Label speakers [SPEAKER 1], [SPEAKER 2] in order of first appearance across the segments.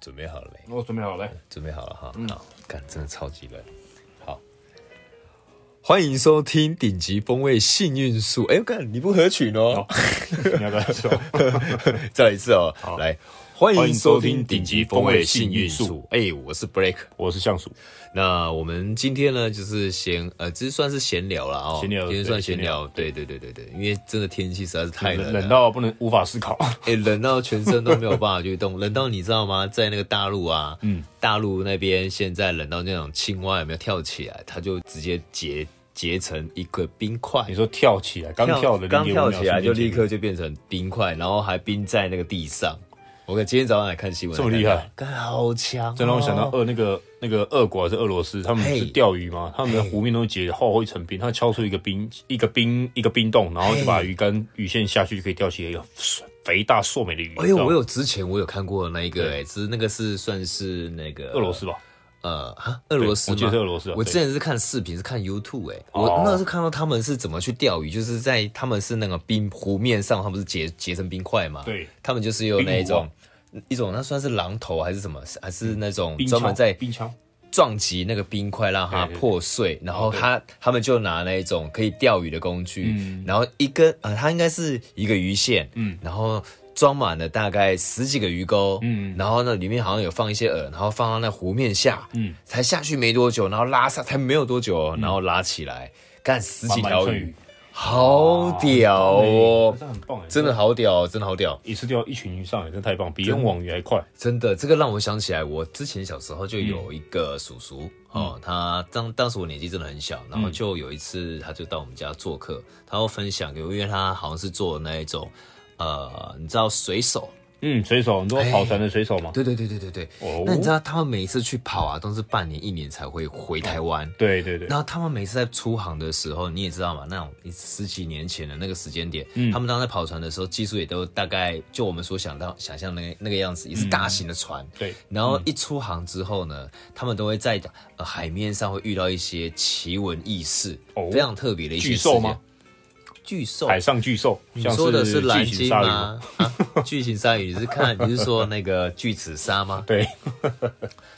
[SPEAKER 1] 准备好了没？
[SPEAKER 2] 我准备好了，
[SPEAKER 1] 准备好了哈。
[SPEAKER 2] 嗯
[SPEAKER 1] 好，干，真的超级冷。好，欢迎收听顶级风味幸运树。哎，干，你不合群哦。
[SPEAKER 2] 你要不要说？
[SPEAKER 1] 再来一次哦。来，欢
[SPEAKER 2] 欢
[SPEAKER 1] 迎
[SPEAKER 2] 迎
[SPEAKER 1] 收
[SPEAKER 2] 收
[SPEAKER 1] 听
[SPEAKER 2] 听
[SPEAKER 1] 顶
[SPEAKER 2] 顶
[SPEAKER 1] 级
[SPEAKER 2] 级
[SPEAKER 1] 风
[SPEAKER 2] 风
[SPEAKER 1] 味
[SPEAKER 2] 味
[SPEAKER 1] 幸
[SPEAKER 2] 幸
[SPEAKER 1] 运
[SPEAKER 2] 运
[SPEAKER 1] 树
[SPEAKER 2] 树。
[SPEAKER 1] 哎，我是 Break。
[SPEAKER 2] 我是橡树，
[SPEAKER 1] 那我们今天呢，就是闲呃，这算是闲聊了哦。
[SPEAKER 2] 闲聊
[SPEAKER 1] 今天
[SPEAKER 2] 对
[SPEAKER 1] 算闲
[SPEAKER 2] 闲
[SPEAKER 1] 聊。对对对对对，因为真的天气实在是太冷
[SPEAKER 2] 冷
[SPEAKER 1] 了
[SPEAKER 2] 冷。到不能无法思考。
[SPEAKER 1] 哎、冷到全身都没有办法去动，冷到你知道吗？在那个大陆啊，嗯，大陆那边现在冷到那种青蛙有没有跳起来，它就直接结结成一个冰块
[SPEAKER 2] 你，说跳起来，刚跳的
[SPEAKER 1] 刚
[SPEAKER 2] 0.5
[SPEAKER 1] 跳起来
[SPEAKER 2] 秒
[SPEAKER 1] 就
[SPEAKER 2] 瞬间
[SPEAKER 1] 立刻就变成冰块，然后还冰在那个地上。我看今天早上来看新闻，
[SPEAKER 2] 这么厉害
[SPEAKER 1] 干，干好强、哦！
[SPEAKER 2] 这让我想到俄那个那个俄国还是俄罗斯，他们不是
[SPEAKER 1] 嘿
[SPEAKER 2] 钓鱼吗？他们的湖面都是结厚厚一层冰，他敲出一个冰一个冰一个冰洞，然后就把鱼竿鱼线下去就可以钓起一个肥大硕美的鱼。
[SPEAKER 1] 哎
[SPEAKER 2] 你知
[SPEAKER 1] 呦，
[SPEAKER 2] 道吗
[SPEAKER 1] 我有之前我有看过那一个、哎，只是那个是算是那个
[SPEAKER 2] 俄罗斯吧，
[SPEAKER 1] 呃，哈俄罗斯吗
[SPEAKER 2] 对我记得是俄罗斯啊
[SPEAKER 1] 我
[SPEAKER 2] 对
[SPEAKER 1] 之前是看视频，是看 YouTube 哎、
[SPEAKER 2] 哦
[SPEAKER 1] 我那时候看到他们是怎么去钓鱼，就是在他们是那个冰湖面上，他们不是结结成冰块嘛？
[SPEAKER 2] 对，
[SPEAKER 1] 他们就是有那一
[SPEAKER 2] 冰湖
[SPEAKER 1] 种一种，那算是榔头还是什么，还是那种
[SPEAKER 2] 冰
[SPEAKER 1] 专门
[SPEAKER 2] 枪
[SPEAKER 1] 在
[SPEAKER 2] 冰枪，
[SPEAKER 1] 撞击那个冰块，让它
[SPEAKER 2] 对对对
[SPEAKER 1] 破碎，然后
[SPEAKER 2] 对
[SPEAKER 1] 他他们就拿那一种可以钓鱼的工具，
[SPEAKER 2] 嗯
[SPEAKER 1] 然后一根呃，它应该是一个鱼线，嗯，然后装满了大概十几个鱼钩，嗯，然后呢里面好像有放一些饵，然后放到那湖面下，嗯，才下去没多久，然后拉上才没有多久
[SPEAKER 2] 嗯
[SPEAKER 1] 哦，然后拉起来，干十几
[SPEAKER 2] 慢慢
[SPEAKER 1] 条
[SPEAKER 2] 吹
[SPEAKER 1] 鱼，好屌哦
[SPEAKER 2] 哎，这很棒哎，
[SPEAKER 1] 真的好屌哦，真的好屌。
[SPEAKER 2] 一次钓一群鱼上来，真的太棒，比用网鱼还快。
[SPEAKER 1] 真的，这个让我想起来，我之前小时候就有一个叔叔、哦，他当当时我年纪真的很小，然后就有一次他就到我们家做客，他会分享给我，因为他好像是做那一种，呃，你知道水手，
[SPEAKER 2] 嗯，水手，你说跑船的水手吗？
[SPEAKER 1] 对对对对对对，
[SPEAKER 2] 哦
[SPEAKER 1] 哎那你知道他们每一次去跑啊，都是半年一年才会回台湾。
[SPEAKER 2] 对对对，
[SPEAKER 1] 然后他们每次在出航的时候，你也知道嘛，那种十几年前的那个时间点，他们当时在跑船的时候，技术也都大概就我们所想到想象那个那个样子，也是大型的船。
[SPEAKER 2] 对
[SPEAKER 1] 然后一出航之后呢，他们都会在、呃、海面上会遇到一些奇闻异事，
[SPEAKER 2] 哦
[SPEAKER 1] 非常特别的一些
[SPEAKER 2] 巨兽
[SPEAKER 1] 事件
[SPEAKER 2] 吗？
[SPEAKER 1] 巨兽，
[SPEAKER 2] 海上巨兽，
[SPEAKER 1] 你
[SPEAKER 2] 像
[SPEAKER 1] 说的
[SPEAKER 2] 是
[SPEAKER 1] 蓝
[SPEAKER 2] 巨型
[SPEAKER 1] 鲸
[SPEAKER 2] 鲨鱼吗？
[SPEAKER 1] 吗？啊 巨型鲨鱼，你是看你是说那个巨齿鲨吗？
[SPEAKER 2] 对，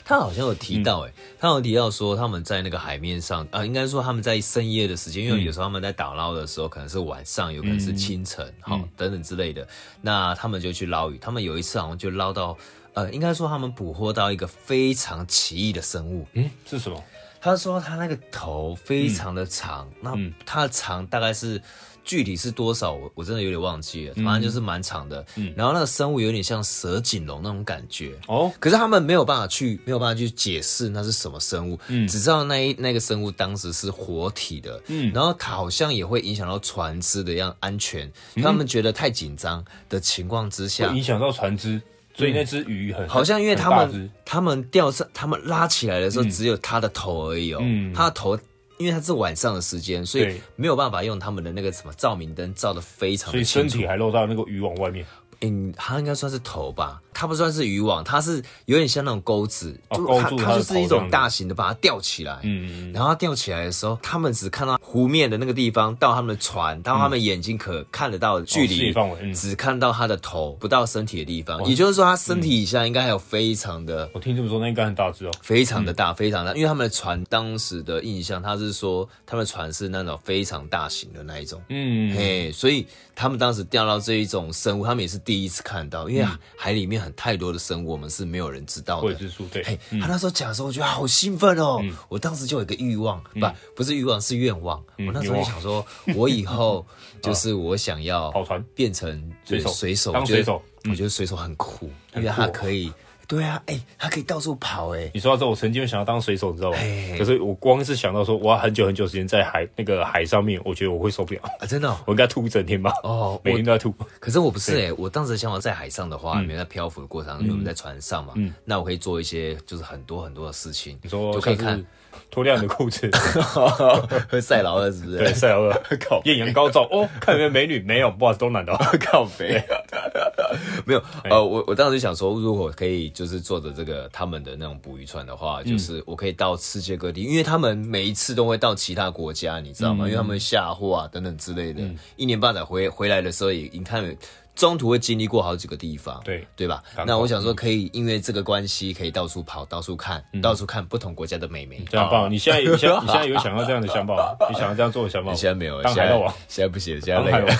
[SPEAKER 1] 他好像有提到、欸，他有提到说他们在那个海面上，啊，应该说他们在深夜的时间，因为有时候他们在打捞的时候，可能是晚上，有可能是清晨，好、等等之类的。那他们就去捞鱼，他们有一次好像就捞到，呃，应该说他们捕获到一个非常奇异的生物。
[SPEAKER 2] 嗯，是什么？
[SPEAKER 1] 他说他那个头非常的长，那它的长大概是具体是多少，我我真的有点忘记了，反正就是蛮长的。然后那个生物有点像蛇颈龙那种感觉。
[SPEAKER 2] 哦，
[SPEAKER 1] 可是他们没有办法去，没有办法去解释那是什么生物，只知道那一那个生物当时是活体的，嗯，然后它好像也会影响到船只的样安全，他们觉得太紧张的情况之下
[SPEAKER 2] 会，影响到船只，所以那只鱼很
[SPEAKER 1] 好像因为他
[SPEAKER 2] 很大只
[SPEAKER 1] 们他们钓上，他们拉起来的时候只有他的头而已哦，
[SPEAKER 2] 嗯
[SPEAKER 1] 他的头。因为它是晚上的时间，所以
[SPEAKER 2] 对
[SPEAKER 1] 没有办法用他们的那个什么照明灯照的非常
[SPEAKER 2] 所
[SPEAKER 1] 的
[SPEAKER 2] 以身
[SPEAKER 1] 清楚
[SPEAKER 2] 体。还露到那个渔网外面，
[SPEAKER 1] 嗯，它应该算是头吧，它不算是渔网，它是有点像那种钩子，
[SPEAKER 2] 哦
[SPEAKER 1] 就
[SPEAKER 2] 勾
[SPEAKER 1] 它
[SPEAKER 2] 住
[SPEAKER 1] 它
[SPEAKER 2] 它的
[SPEAKER 1] 就是一
[SPEAKER 2] 头这样
[SPEAKER 1] 种
[SPEAKER 2] 子
[SPEAKER 1] 大型的，把它吊起来。
[SPEAKER 2] 嗯，
[SPEAKER 1] 然后它吊起来的时候，他们只看到湖面的那个地方，到他们的船，到他们眼睛可看得到的距
[SPEAKER 2] 视
[SPEAKER 1] 离，
[SPEAKER 2] 野范围嗯
[SPEAKER 1] 只看到他的头，不到身体的地方。也就是说，他身
[SPEAKER 2] 嗯
[SPEAKER 1] 体以下应该还有非常的、
[SPEAKER 2] 我听这么说，那应该很大只哦。
[SPEAKER 1] 非常的大，非常大。因为他们的船当时的印象，他是说他们的船是那种非常大型的那一种。
[SPEAKER 2] 嗯，
[SPEAKER 1] 嘿，所以他们当时钓到这一种生物，他们也是第一次看到，因为
[SPEAKER 2] 嗯
[SPEAKER 1] 海里面很太多的生物，我们是没有人知道
[SPEAKER 2] 未
[SPEAKER 1] 的。
[SPEAKER 2] 知数，对，
[SPEAKER 1] 嘿，他那时候讲的时候，我觉得好兴奋哦！
[SPEAKER 2] 嗯
[SPEAKER 1] 我当时就有一个欲望，不不是欲望，是愿望。
[SPEAKER 2] 嗯
[SPEAKER 1] 我那时候就想说，我以后就是我想要
[SPEAKER 2] 跑船
[SPEAKER 1] 变成
[SPEAKER 2] 水手
[SPEAKER 1] 对水手，
[SPEAKER 2] 当
[SPEAKER 1] 我觉得
[SPEAKER 2] 水手，嗯
[SPEAKER 1] 我觉得水手很酷，因
[SPEAKER 2] 很
[SPEAKER 1] 为
[SPEAKER 2] 酷
[SPEAKER 1] 他
[SPEAKER 2] 哦
[SPEAKER 1] 可以，对啊，哎，他可以到处跑，哎，
[SPEAKER 2] 你说到这，我曾经有想要当水手，你知道吗
[SPEAKER 1] 嘿？
[SPEAKER 2] 可是我光是想到说，我要很久很久时间在海那个海上面，我觉得我会受不了，
[SPEAKER 1] 啊，真的哦
[SPEAKER 2] 我应该吐一整天吧。
[SPEAKER 1] 哦，
[SPEAKER 2] 每天都在吐，
[SPEAKER 1] 可是我不是哎、我当时想法在海上的
[SPEAKER 2] 嗯
[SPEAKER 1] 话，你们在漂浮的过程当中，因为我们在船上嘛，那我可以做一些就是很多很多的事情，
[SPEAKER 2] 你说
[SPEAKER 1] 就可以
[SPEAKER 2] 像是
[SPEAKER 1] 看
[SPEAKER 2] 脱掉你的裤子，
[SPEAKER 1] 会赛劳了是不是？
[SPEAKER 2] 对，晒好了，
[SPEAKER 1] 靠
[SPEAKER 2] 艳阳高照 哦，看有没有美女，没有，不好意思，都难的哦，
[SPEAKER 1] 靠 北， 没有，
[SPEAKER 2] 哎
[SPEAKER 1] 呃，我我当时想说，如果可以就是坐着这个他们的那种捕鱼船的话，
[SPEAKER 2] 嗯
[SPEAKER 1] 就是我可以到世界各地，因为他们每一次都会到其他国
[SPEAKER 2] 嗯
[SPEAKER 1] 家，你知道吗？因为他们下货啊等等之类的，一年半载回回来的时候也，你看中途会经历过好几个地方，
[SPEAKER 2] 对嗯
[SPEAKER 1] 对吧
[SPEAKER 2] 港？口
[SPEAKER 1] 那我想说，可以因为这个关系，可以到处跑，到处看，到处看不同国家的美眉。
[SPEAKER 2] 嗯
[SPEAKER 1] 啊
[SPEAKER 2] 这样棒！你现在你现 在你现在有想要这样的想法吗？你想要这样做的想法吗？
[SPEAKER 1] 现在没有，
[SPEAKER 2] 当
[SPEAKER 1] 现
[SPEAKER 2] 海
[SPEAKER 1] 在
[SPEAKER 2] 盗王，
[SPEAKER 1] 现在不行，现在
[SPEAKER 2] 当
[SPEAKER 1] 累
[SPEAKER 2] 海
[SPEAKER 1] 了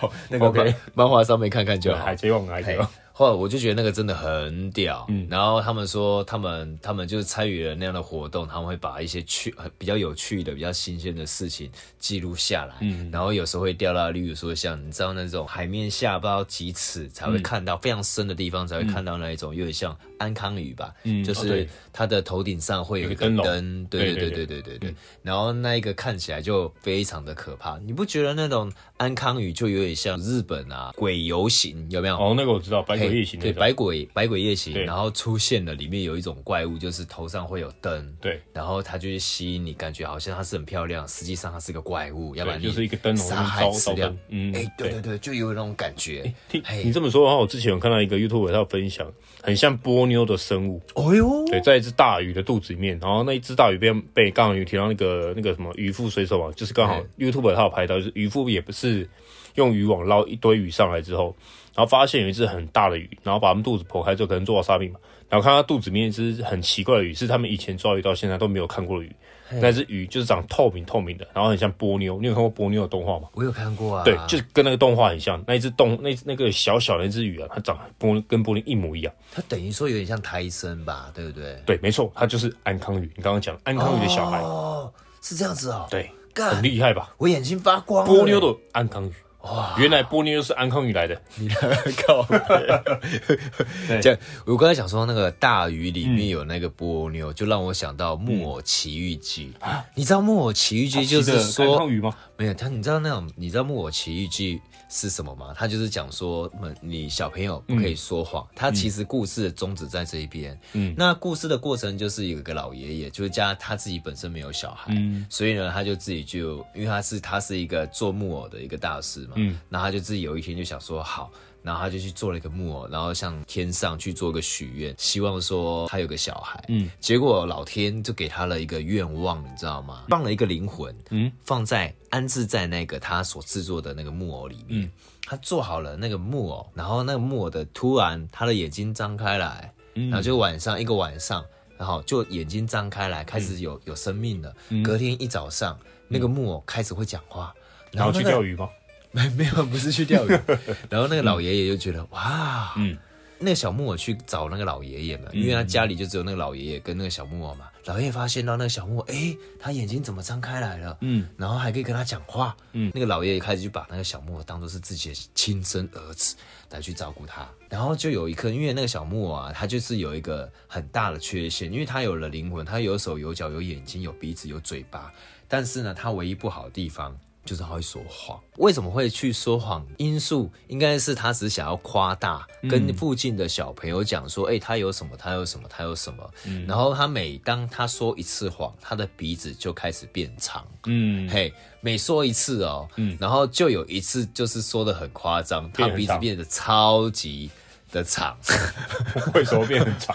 [SPEAKER 2] 王。，
[SPEAKER 1] 那
[SPEAKER 2] 个
[SPEAKER 1] 个漫漫画上面看看就好
[SPEAKER 2] 海。贼王，海贼
[SPEAKER 1] 嘿
[SPEAKER 2] 王，
[SPEAKER 1] 后来我就觉得那个真的很屌，
[SPEAKER 2] 嗯
[SPEAKER 1] 然后他们说他们他们就是参与了那样的活动，他们会把一些趣很比较有趣的、比较新鲜的事情记录下来，
[SPEAKER 2] 嗯
[SPEAKER 1] 然后有时候会掉到，例如说像你知道那种海面下不知道几尺才
[SPEAKER 2] 嗯
[SPEAKER 1] 会看到、非常深的地方才会看到那一种，有点像安康鱼吧，就
[SPEAKER 2] 哦
[SPEAKER 1] 是
[SPEAKER 2] 对
[SPEAKER 1] 它的头顶上会有一
[SPEAKER 2] 有
[SPEAKER 1] 个
[SPEAKER 2] 个灯笼
[SPEAKER 1] 灯，对对
[SPEAKER 2] 对嗯
[SPEAKER 1] 对对对对对，然后那一个看起来就非常的可怕，你不觉得那种安康鱼就有点像日本啊鬼游行有没有？
[SPEAKER 2] 哦，那个我知道，百鬼夜行
[SPEAKER 1] 对
[SPEAKER 2] 那个，
[SPEAKER 1] 百鬼百鬼夜行，
[SPEAKER 2] 对
[SPEAKER 1] 然后出现了里面有一种怪物，就是头上会有灯，
[SPEAKER 2] 对，
[SPEAKER 1] 然后它就会吸引你，感觉好像它是很漂亮，实际上它是个怪物，要不然
[SPEAKER 2] 对，
[SPEAKER 1] 你
[SPEAKER 2] 就是一个灯笼，
[SPEAKER 1] 杀害
[SPEAKER 2] 就是
[SPEAKER 1] 吃
[SPEAKER 2] 烧烧
[SPEAKER 1] 掉
[SPEAKER 2] 灯，。嗯哎
[SPEAKER 1] 哎，，对对对，就有那种感觉。
[SPEAKER 2] 听
[SPEAKER 1] 嘿
[SPEAKER 2] 你这么说的话，我之前有看到一个 YouTube 他有分享，很像波妞的生物，
[SPEAKER 1] 哦呦，
[SPEAKER 2] 对，在一只大鱼的肚子里面，然后那一只大鱼被被刚好有提到那个那个什么渔夫水手网，就是刚好 YouTube 他有拍到，就是渔夫也不是用渔网捞一堆鱼上来之后，然后发现有一只很大的鱼，然后把它们肚子剖开之后，可能做到沙冰嘛，然后看它肚子里面一只很奇怪的鱼，是他们以前抓鱼到现在都没有看过的鱼，那只鱼就是长透明透明的，然后很像波妞，你有看过波妞的动画吗？
[SPEAKER 1] 我有看过啊，
[SPEAKER 2] 对，就是跟那个动画很像，那一只动那那个小小的那只鱼啊，它长得波跟波林一模一样。
[SPEAKER 1] 它等于说有点像胎生吧，对不对？
[SPEAKER 2] 对，没错，它就是安康鱼。你刚刚讲的安康鱼的小孩，
[SPEAKER 1] 哦，是这样子哦，
[SPEAKER 2] 对，
[SPEAKER 1] 干
[SPEAKER 2] 很厉害吧？
[SPEAKER 1] 我眼睛发光了。
[SPEAKER 2] 波妞的安康鱼，哇，原来波妞是安康鱼来的。
[SPEAKER 1] 靠北！这样，我刚才想说那个大鱼里面有那个波妞，就让我想到《木偶奇遇记》你知道《木偶嗯啊奇遇记》就是
[SPEAKER 2] 记得安康
[SPEAKER 1] 说
[SPEAKER 2] 鱼吗？嗯
[SPEAKER 1] 没有他，你知道那种你知道《木偶奇遇记》是什么吗？他就是讲说，嗯你小朋友不可以说谎。他其实故事的宗旨在这一边。嗯，那故事的过程就是有一个老爷爷，就是家他自己本身没有小孩，所以呢，他就自己就因为他是他是一个做木偶的一个大师嘛，嗯，然后他就自己有一天就想说好。然后他就去做了一个木偶，然后向天上去做个许愿，希望说他有个小孩。嗯，结果老天就给他了一个愿望，你知道吗？放了一个灵魂，嗯，放在安置在那个他所制作的那个木偶里面。他做好了那个木偶，然后那个木偶的突然他的眼睛张开来，
[SPEAKER 2] 嗯
[SPEAKER 1] 然后就晚上一个晚上，然后就眼睛张开来，开
[SPEAKER 2] 嗯
[SPEAKER 1] 始有、有生命了。隔天一早上，那个木偶开始会讲话，
[SPEAKER 2] 然后
[SPEAKER 1] 那
[SPEAKER 2] 去
[SPEAKER 1] 个
[SPEAKER 2] 钓鱼吗？
[SPEAKER 1] 没没有，不是去钓鱼。 然后那个老爷爷就觉得哇，嗯
[SPEAKER 2] 嗯，
[SPEAKER 1] 那个小木偶去找那个老爷爷嘛，因为他家里就只有那个老爷爷跟那个小木偶嘛。老爷爷发现到那个小木偶，哎、他眼睛怎么张开来了？嗯
[SPEAKER 2] 嗯，
[SPEAKER 1] 然后还可以跟他讲话。嗯
[SPEAKER 2] 嗯，
[SPEAKER 1] 那个老爷爷开始就把那个小木偶当做是自己的亲生儿子来去照顾他。然后就有一刻，因为那个小木偶啊，他就是有一个很大的缺陷，因为他有了灵魂，他有手有脚有眼睛有鼻子有嘴巴，但是呢，他唯一不好的地方就是他会说谎。为什么会去说谎？因素应该是他只想要夸大，跟附近的小朋友讲
[SPEAKER 2] 嗯
[SPEAKER 1] 说，哎、他有什么，他有什么，他有什么。然后他每当他说一次谎，他的鼻子就开始变长。
[SPEAKER 2] 嗯，
[SPEAKER 1] 嘿，每说一次哦，然后就有一次就是说的很夸张，他
[SPEAKER 2] 变很
[SPEAKER 1] 鼻子
[SPEAKER 2] 长
[SPEAKER 1] 变得超级的长，
[SPEAKER 2] 为什么变很长？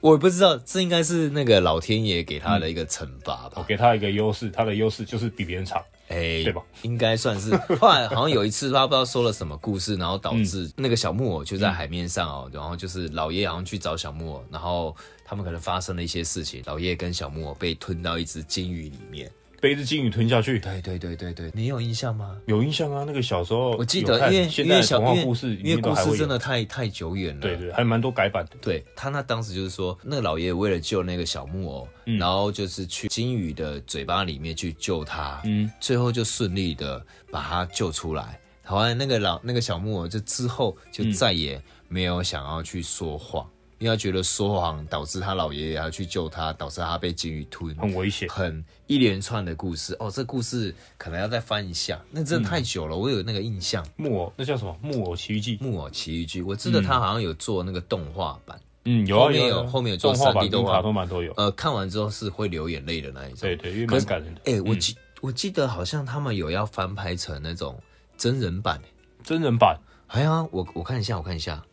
[SPEAKER 1] 我不知道这应该是那个老天爷给他的
[SPEAKER 2] 嗯
[SPEAKER 1] 一个惩罚吧
[SPEAKER 2] 我。给它一个优势，它的优势就是比别人长。
[SPEAKER 1] 哎、
[SPEAKER 2] 对吧？
[SPEAKER 1] 应该算 是。后来好像有一次，他不知道说了什么故事，然后导致
[SPEAKER 2] 嗯
[SPEAKER 1] 那个小木偶就在海面上哦，然后就是老爷好像去找小木偶，然后他们可能发生了一些事情，老爷跟小木偶被吞到一只金鱼里面。
[SPEAKER 2] 被一只金鱼吞下去，
[SPEAKER 1] 对对对对对，你有印象吗？
[SPEAKER 2] 有印象啊？那个小时候
[SPEAKER 1] 我记
[SPEAKER 2] 有
[SPEAKER 1] 得，
[SPEAKER 2] 看
[SPEAKER 1] 因为
[SPEAKER 2] 现
[SPEAKER 1] 因
[SPEAKER 2] 在
[SPEAKER 1] 为
[SPEAKER 2] 的
[SPEAKER 1] 小
[SPEAKER 2] 童
[SPEAKER 1] 因
[SPEAKER 2] 话
[SPEAKER 1] 为
[SPEAKER 2] 故事里
[SPEAKER 1] 因为
[SPEAKER 2] 面都
[SPEAKER 1] 故
[SPEAKER 2] 还会
[SPEAKER 1] 事
[SPEAKER 2] 有
[SPEAKER 1] 真。的太太久远了。
[SPEAKER 2] 对对，还蛮多改版的。
[SPEAKER 1] 对他那当时就是说，那个老爷爷为了救那个小木偶，然后就是去金鱼的嘴巴里面去救他，嗯，最后就顺利的把他救出来。好像那个老那个小木偶就之后就再也没有想要去说谎，因为他觉得说谎导致他老爷爷要去救他，导致他被金鱼吞，
[SPEAKER 2] 很危险，
[SPEAKER 1] 很一连串的故事。哦，这故事可能要再翻一下，那真的太久了，我有那个印象。
[SPEAKER 2] 木偶那叫什么？木偶奇遇记
[SPEAKER 1] 《木偶奇遇记》，我记得他好像有做那个动画版。
[SPEAKER 2] 嗯，有
[SPEAKER 1] 后
[SPEAKER 2] 啊
[SPEAKER 1] 面
[SPEAKER 2] 啊
[SPEAKER 1] 有后面有做
[SPEAKER 2] 动画
[SPEAKER 1] 3D
[SPEAKER 2] 版跟
[SPEAKER 1] 动画
[SPEAKER 2] 卡通版都有。
[SPEAKER 1] 呃，看完之后是会流眼泪的那一种。
[SPEAKER 2] 对对，因为
[SPEAKER 1] 可
[SPEAKER 2] 蛮
[SPEAKER 1] 是
[SPEAKER 2] 感人的。
[SPEAKER 1] 哎、我记、我记得好像他们有要翻拍成那种真人版、欸。
[SPEAKER 2] 真人版
[SPEAKER 1] 哎呀，我我看一下，我看一下，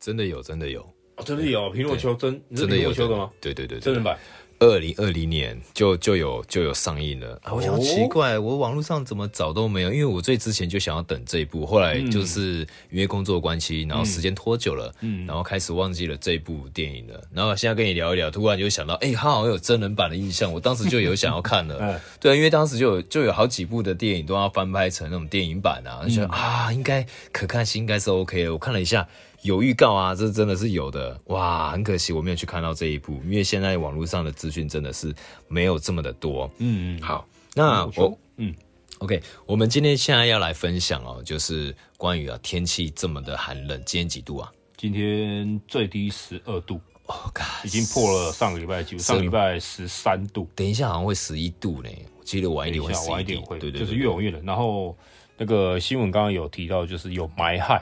[SPEAKER 1] 真的有，真的有，
[SPEAKER 2] 哦，真的有皮诺丘真，你是
[SPEAKER 1] 真的
[SPEAKER 2] 皮
[SPEAKER 1] 有
[SPEAKER 2] 诺丘的吗？？
[SPEAKER 1] 对对对对
[SPEAKER 2] 真人版，
[SPEAKER 1] 二零二零年就就有就有上映了啊！我想
[SPEAKER 2] 哦
[SPEAKER 1] 奇怪，我网络上怎么找都没有，因为我最之前就想要等这一部，后来就是因为工作关系，然后时间拖久了，嗯，然后开始忘记了这部电影了。然后现在跟你聊一聊，突然就想到，哎、他好像有真人版的印象，我当时就有想要看了。
[SPEAKER 2] 嗯
[SPEAKER 1] 对，因为当时就有就有好几部的电影都要翻拍成那种电影版啊，
[SPEAKER 2] 嗯
[SPEAKER 1] 就觉得、啊，应该可看性应该是 OK 的。我看了一下。有预告啊，这真的是有的哇！很可惜我没有去看到这一部，因为现在网络上的资讯真的是没有这么的多。
[SPEAKER 2] 嗯嗯，
[SPEAKER 1] 好，那
[SPEAKER 2] 我
[SPEAKER 1] 我
[SPEAKER 2] 说嗯
[SPEAKER 1] OK，我们今天现在要来分享哦，就是关于啊天气这么的寒冷，今天几度啊？
[SPEAKER 2] 今天最低十二度，
[SPEAKER 1] 哦、
[SPEAKER 2] 已
[SPEAKER 1] God，
[SPEAKER 2] 经破了上个礼拜的记录，上个礼拜十三度，
[SPEAKER 1] 等一下好像会十一度呢，我记得晚一
[SPEAKER 2] 等
[SPEAKER 1] 点哎
[SPEAKER 2] 一
[SPEAKER 1] 会
[SPEAKER 2] 下
[SPEAKER 1] 十
[SPEAKER 2] 晚一
[SPEAKER 1] 度
[SPEAKER 2] 点，会，
[SPEAKER 1] 对对对，
[SPEAKER 2] 就是越
[SPEAKER 1] 对
[SPEAKER 2] 晚越冷。然后那个新闻刚刚有提到，就是有霾害、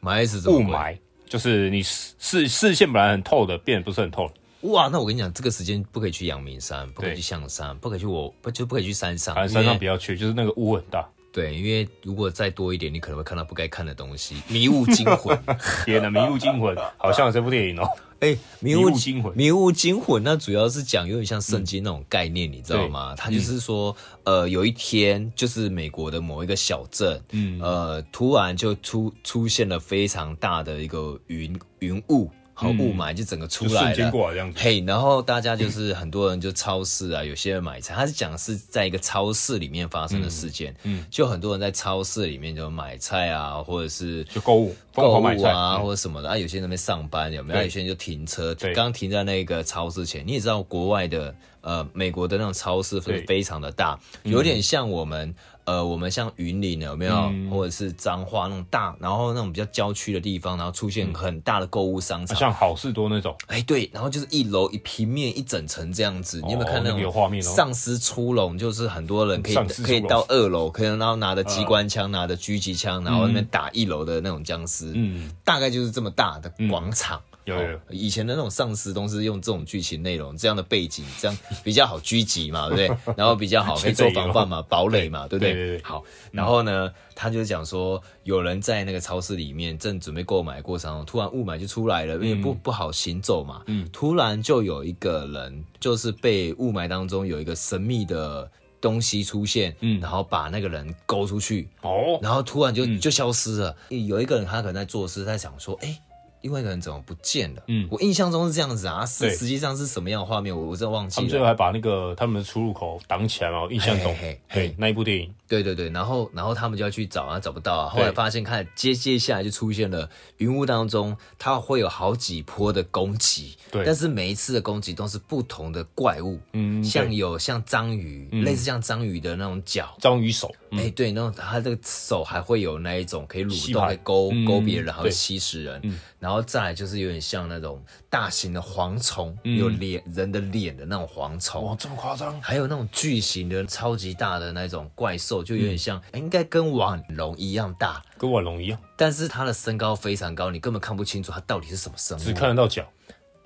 [SPEAKER 1] 霾是怎么
[SPEAKER 2] 雾
[SPEAKER 1] 鬼
[SPEAKER 2] 霾，就是你视视视线本来很透的，变得不是很透了。
[SPEAKER 1] 哇，那我跟你讲，这个时间不可以去阳明山，不可以
[SPEAKER 2] 对
[SPEAKER 1] 去象山，不可以去我不就不可以去山上，
[SPEAKER 2] 反正山上不要去，就是那个雾很大。
[SPEAKER 1] 对，因为如果再多一点，你可能会看到不该看的东西， 迷雾惊 魂。
[SPEAKER 2] 天啊哪，《迷雾 惊魂》好像有这部电影哦。
[SPEAKER 1] 哎、迷
[SPEAKER 2] 迷
[SPEAKER 1] 雾
[SPEAKER 2] 雾惊魂
[SPEAKER 1] 迷雾惊魂，那主要是讲有点像圣经那种概念，你知道
[SPEAKER 2] 嗯
[SPEAKER 1] 吗？它就是说，呃，有一天就是美国的某一个小镇，嗯，呃，突然就出出现了非常大的一个云云雾。和雾霾就整个出
[SPEAKER 2] 嗯就
[SPEAKER 1] 来
[SPEAKER 2] 瞬
[SPEAKER 1] 了，
[SPEAKER 2] 间过来这样子
[SPEAKER 1] 嘿然后大家就是很多人就超市啊，有些人买菜，他是讲是在一个超市里面发生的事件，嗯，就很多人在超市里面就买菜啊，或者是
[SPEAKER 2] 就购物，疯
[SPEAKER 1] 购
[SPEAKER 2] 狂买
[SPEAKER 1] 物
[SPEAKER 2] 菜
[SPEAKER 1] 啊，
[SPEAKER 2] 嗯
[SPEAKER 1] 或者什么的啊，有些人在那边上班有没有？啊
[SPEAKER 2] 对
[SPEAKER 1] 有些人就停车，
[SPEAKER 2] 对
[SPEAKER 1] 刚停在那个超市前。你也知道，国外的呃，美国的那种超市是
[SPEAKER 2] 对嗯
[SPEAKER 1] 非常的大，有点像我们呃，我们像云林有没有，
[SPEAKER 2] 嗯
[SPEAKER 1] 或者是彰化那种大，然后那种比较郊区的地方，然后出现很大的购物商
[SPEAKER 2] 啊
[SPEAKER 1] 场。
[SPEAKER 2] 像嗯好事多那种，
[SPEAKER 1] 哎，对，然后就是一楼一平面一整层这样子，你有没有
[SPEAKER 2] 哦
[SPEAKER 1] 看
[SPEAKER 2] 那
[SPEAKER 1] 种
[SPEAKER 2] 个有画面哦
[SPEAKER 1] 丧尸出笼？就是很多人可以
[SPEAKER 2] 丧尸出
[SPEAKER 1] 可以
[SPEAKER 2] 笼嗯
[SPEAKER 1] 到二楼，可能然后拿着机关枪、拿着狙击枪，然后那边打一楼的那种僵尸，
[SPEAKER 2] 嗯，
[SPEAKER 1] 大概就是这么大的广场。哦
[SPEAKER 2] 有有有
[SPEAKER 1] 以前的那种丧尸都是用这种剧情内容、这样的背景，这样比较好狙击嘛，对不 对？然后比较好可以做防范嘛、堡垒嘛，对不对？
[SPEAKER 2] 啊对对嗯对
[SPEAKER 1] 好，然后呢，他就讲说，有人在那个超市里面正准备购买的过程中，突然雾霾就出来
[SPEAKER 2] 嗯
[SPEAKER 1] 了，因为不、不好行走嘛。嗯，突然就有一个人，就是被雾霾当中有一个神秘的东西出现，嗯，然后把那个人勾出去，
[SPEAKER 2] 哦，
[SPEAKER 1] 然后突然就、就消失了。有一个人他可能在做事，在想说，哎、另外一个人怎么不见了？嗯，我印象中是这样子啊，实
[SPEAKER 2] 对
[SPEAKER 1] 实际上是什么样的画面，我我真的忘
[SPEAKER 2] 他
[SPEAKER 1] 记
[SPEAKER 2] 们最
[SPEAKER 1] 了。
[SPEAKER 2] 后还把那个他们的出入口挡起来嘛，我印象中
[SPEAKER 1] 嘿嘿，嘿
[SPEAKER 2] 对那一部电影，
[SPEAKER 1] 对对对，然后然后他们就要去找啊，找不到啊。后来
[SPEAKER 2] 对
[SPEAKER 1] 发现看接接下来就出现了云雾当中，它会有好几波的攻击，
[SPEAKER 2] 对
[SPEAKER 1] 但是每一次的攻击都是不同的怪物，
[SPEAKER 2] 嗯，
[SPEAKER 1] 像
[SPEAKER 2] 对嗯
[SPEAKER 1] 有像章鱼，类似像章鱼的那种脚，
[SPEAKER 2] 章鱼手，
[SPEAKER 1] 哎、对，那种他这个手还会有那一种可以蠕
[SPEAKER 2] 嗯吸
[SPEAKER 1] 动，
[SPEAKER 2] 盘
[SPEAKER 1] 可以勾、
[SPEAKER 2] 嗯
[SPEAKER 1] 勾别人，还会
[SPEAKER 2] 对嗯
[SPEAKER 1] 吸食人。然后再来就是有点像那种大型的蝗虫，有脸人的脸的那种蝗虫。
[SPEAKER 2] 嗯哇，这么夸张，
[SPEAKER 1] 还有那种巨型的、超级大的那种怪兽，就有
[SPEAKER 2] 嗯
[SPEAKER 1] 点像，哎应该跟网龙一样大，
[SPEAKER 2] 跟晚龙一样，
[SPEAKER 1] 但是它的身高非常高，你根本看不清楚它到底是什么生物。
[SPEAKER 2] 只看得到脚，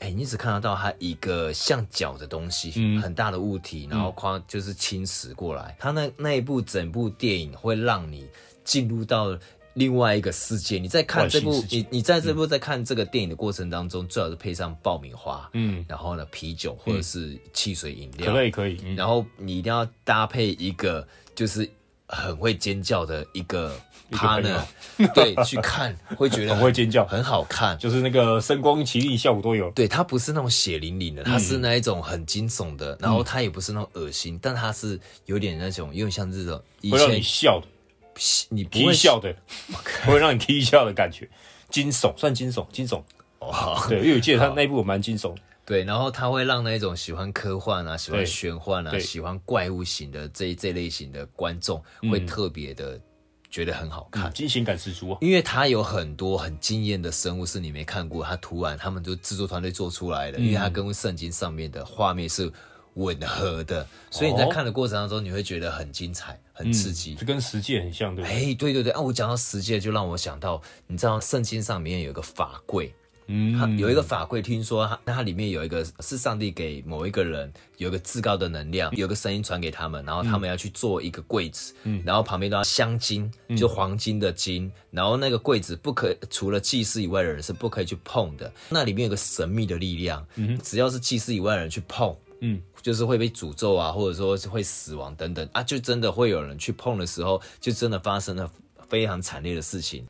[SPEAKER 1] 哎、你只看得到它一个像脚的东西，
[SPEAKER 2] 嗯
[SPEAKER 1] 很大的物体，然后夸就是侵蚀过来。它那那一部整部电影会让你进入到另外一个世界。你在看
[SPEAKER 2] 外
[SPEAKER 1] 这
[SPEAKER 2] 星
[SPEAKER 1] 部
[SPEAKER 2] 世，界
[SPEAKER 1] 你你在这部在看这个电影的过程当中，最好是配上爆米花，嗯，啊然后呢啤酒或者是汽水饮
[SPEAKER 2] 可
[SPEAKER 1] 料，
[SPEAKER 2] 乐也可以，嗯，
[SPEAKER 1] 然后你一定要搭配一个就是很会尖叫的一个
[SPEAKER 2] 个朋友
[SPEAKER 1] partner，对，去看会觉得
[SPEAKER 2] 很会尖叫
[SPEAKER 1] 很好看。
[SPEAKER 2] 就是那个声光奇力效果都有，
[SPEAKER 1] 对，它不是那种血淋淋的，它
[SPEAKER 2] 嗯
[SPEAKER 1] 是那一种很惊悚的，然后它也不是那种恶心，但它是有点那种，有点像这种以
[SPEAKER 2] 会让
[SPEAKER 1] 前
[SPEAKER 2] 你笑的，
[SPEAKER 1] 你不
[SPEAKER 2] 踢
[SPEAKER 1] 会
[SPEAKER 2] 笑 的，会让你踢笑的感觉，惊悚，算惊悚，惊悚，
[SPEAKER 1] 哦，
[SPEAKER 2] 对，因为我记得他那一部我蛮惊悚，
[SPEAKER 1] 对，然后它会让那一种喜欢科幻啊、喜欢
[SPEAKER 2] 对
[SPEAKER 1] 玄幻啊、
[SPEAKER 2] 对
[SPEAKER 1] 喜欢怪物型的这这类型的观众会特别的觉得很好看。
[SPEAKER 2] 嗯惊险感十足啊，
[SPEAKER 1] 因为它有很多很惊艳的生物是你没看过，它突然他们就制作团队做出来的，因为它跟圣经上面的画面是吻合的，所以你在
[SPEAKER 2] 哦嗯
[SPEAKER 1] 看的过程当中，你会觉得很精彩、很刺激。
[SPEAKER 2] 这跟实际很像，对不对？
[SPEAKER 1] 哎，对对对，啊，我讲到十诫，就让我想到，你知道圣经上面有一个法柜，它
[SPEAKER 2] 嗯，
[SPEAKER 1] 有一个法柜，听说它那它里面有一个是上帝给某一个人有一个至高的能量，有个声音传给他们，然后他
[SPEAKER 2] 嗯
[SPEAKER 1] 们要去做一个柜子，然后旁边都要镶金，
[SPEAKER 2] 嗯
[SPEAKER 1] 就黄金的金，然后那个柜子不可除了祭司以外的人是不可以去碰的，那里面有个神秘的力量，只要是祭司以外的人去碰。
[SPEAKER 2] 嗯，
[SPEAKER 1] 就是会被诅咒啊，或者说是会死亡等等啊，就真的会有人去碰的时候，就真的发生了非常惨烈的事情。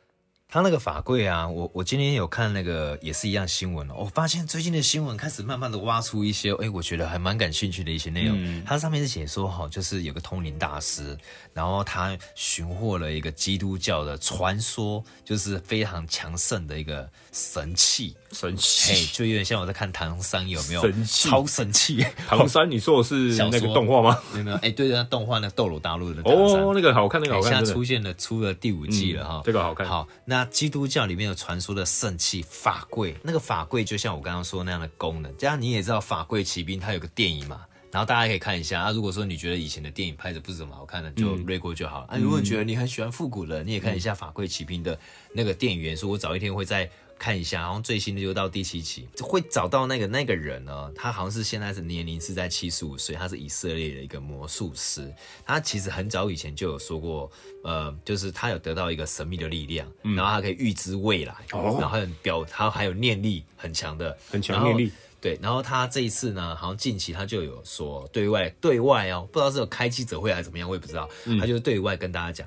[SPEAKER 1] 他那个法柜啊，我我今天有看那个也是一样新闻哦，我发现最近的新闻开始慢慢的挖出一些，哎，我觉得还蛮感兴趣的一些内容。
[SPEAKER 2] 嗯
[SPEAKER 1] 它上面是写说哈、就是有个通灵大师，然后他寻获了一个基督教的传说，就是非常强盛的一个神 器，
[SPEAKER 2] 神
[SPEAKER 1] 嘿，
[SPEAKER 2] 奇。
[SPEAKER 1] 就有点像我在看唐三有没有
[SPEAKER 2] 神器
[SPEAKER 1] 超神器。
[SPEAKER 2] 唐三，你说的是
[SPEAKER 1] 小
[SPEAKER 2] 那个
[SPEAKER 1] 说
[SPEAKER 2] 动画吗？
[SPEAKER 1] 没有没有，哎、对的，那动画那《斗罗大陆》的唐三
[SPEAKER 2] 哦，那个好看，那个
[SPEAKER 1] 等
[SPEAKER 2] 好
[SPEAKER 1] 一下
[SPEAKER 2] 看，真
[SPEAKER 1] 出
[SPEAKER 2] 的。
[SPEAKER 1] 现了，出了第五季了哈、
[SPEAKER 2] 嗯这个好看
[SPEAKER 1] 好，那基督教里面有传说的圣器法柜，那个法柜就像我刚刚说那样的功能。这样你也知道，法柜骑兵它有个电影嘛，然后大家可以看一下啊。如果说你觉得以前的电影拍的不怎么好看的，就略过就好了、啊。如果你觉得你很喜欢复古的，你也看一下法柜骑兵的那个电影元素。我早一天会再看一下，然后最新的就到第七期，会找到那个那个人呢，他好像是现在是年龄是在七十五岁，他是以色列的一个魔术师，他其实很早以前就有说过，呃，就是他有得到一个神秘的力量，然后他可以预知未来，
[SPEAKER 2] 嗯哦
[SPEAKER 1] 然后很表，他还有念力很强的，
[SPEAKER 2] 很强
[SPEAKER 1] 然后
[SPEAKER 2] 念力。
[SPEAKER 1] 对，然后他这一次呢，好像近期他就有说对外对外哦，不知道是有开记者会还是怎么样，我也不知道，
[SPEAKER 2] 嗯
[SPEAKER 1] 他就是对外跟大家讲，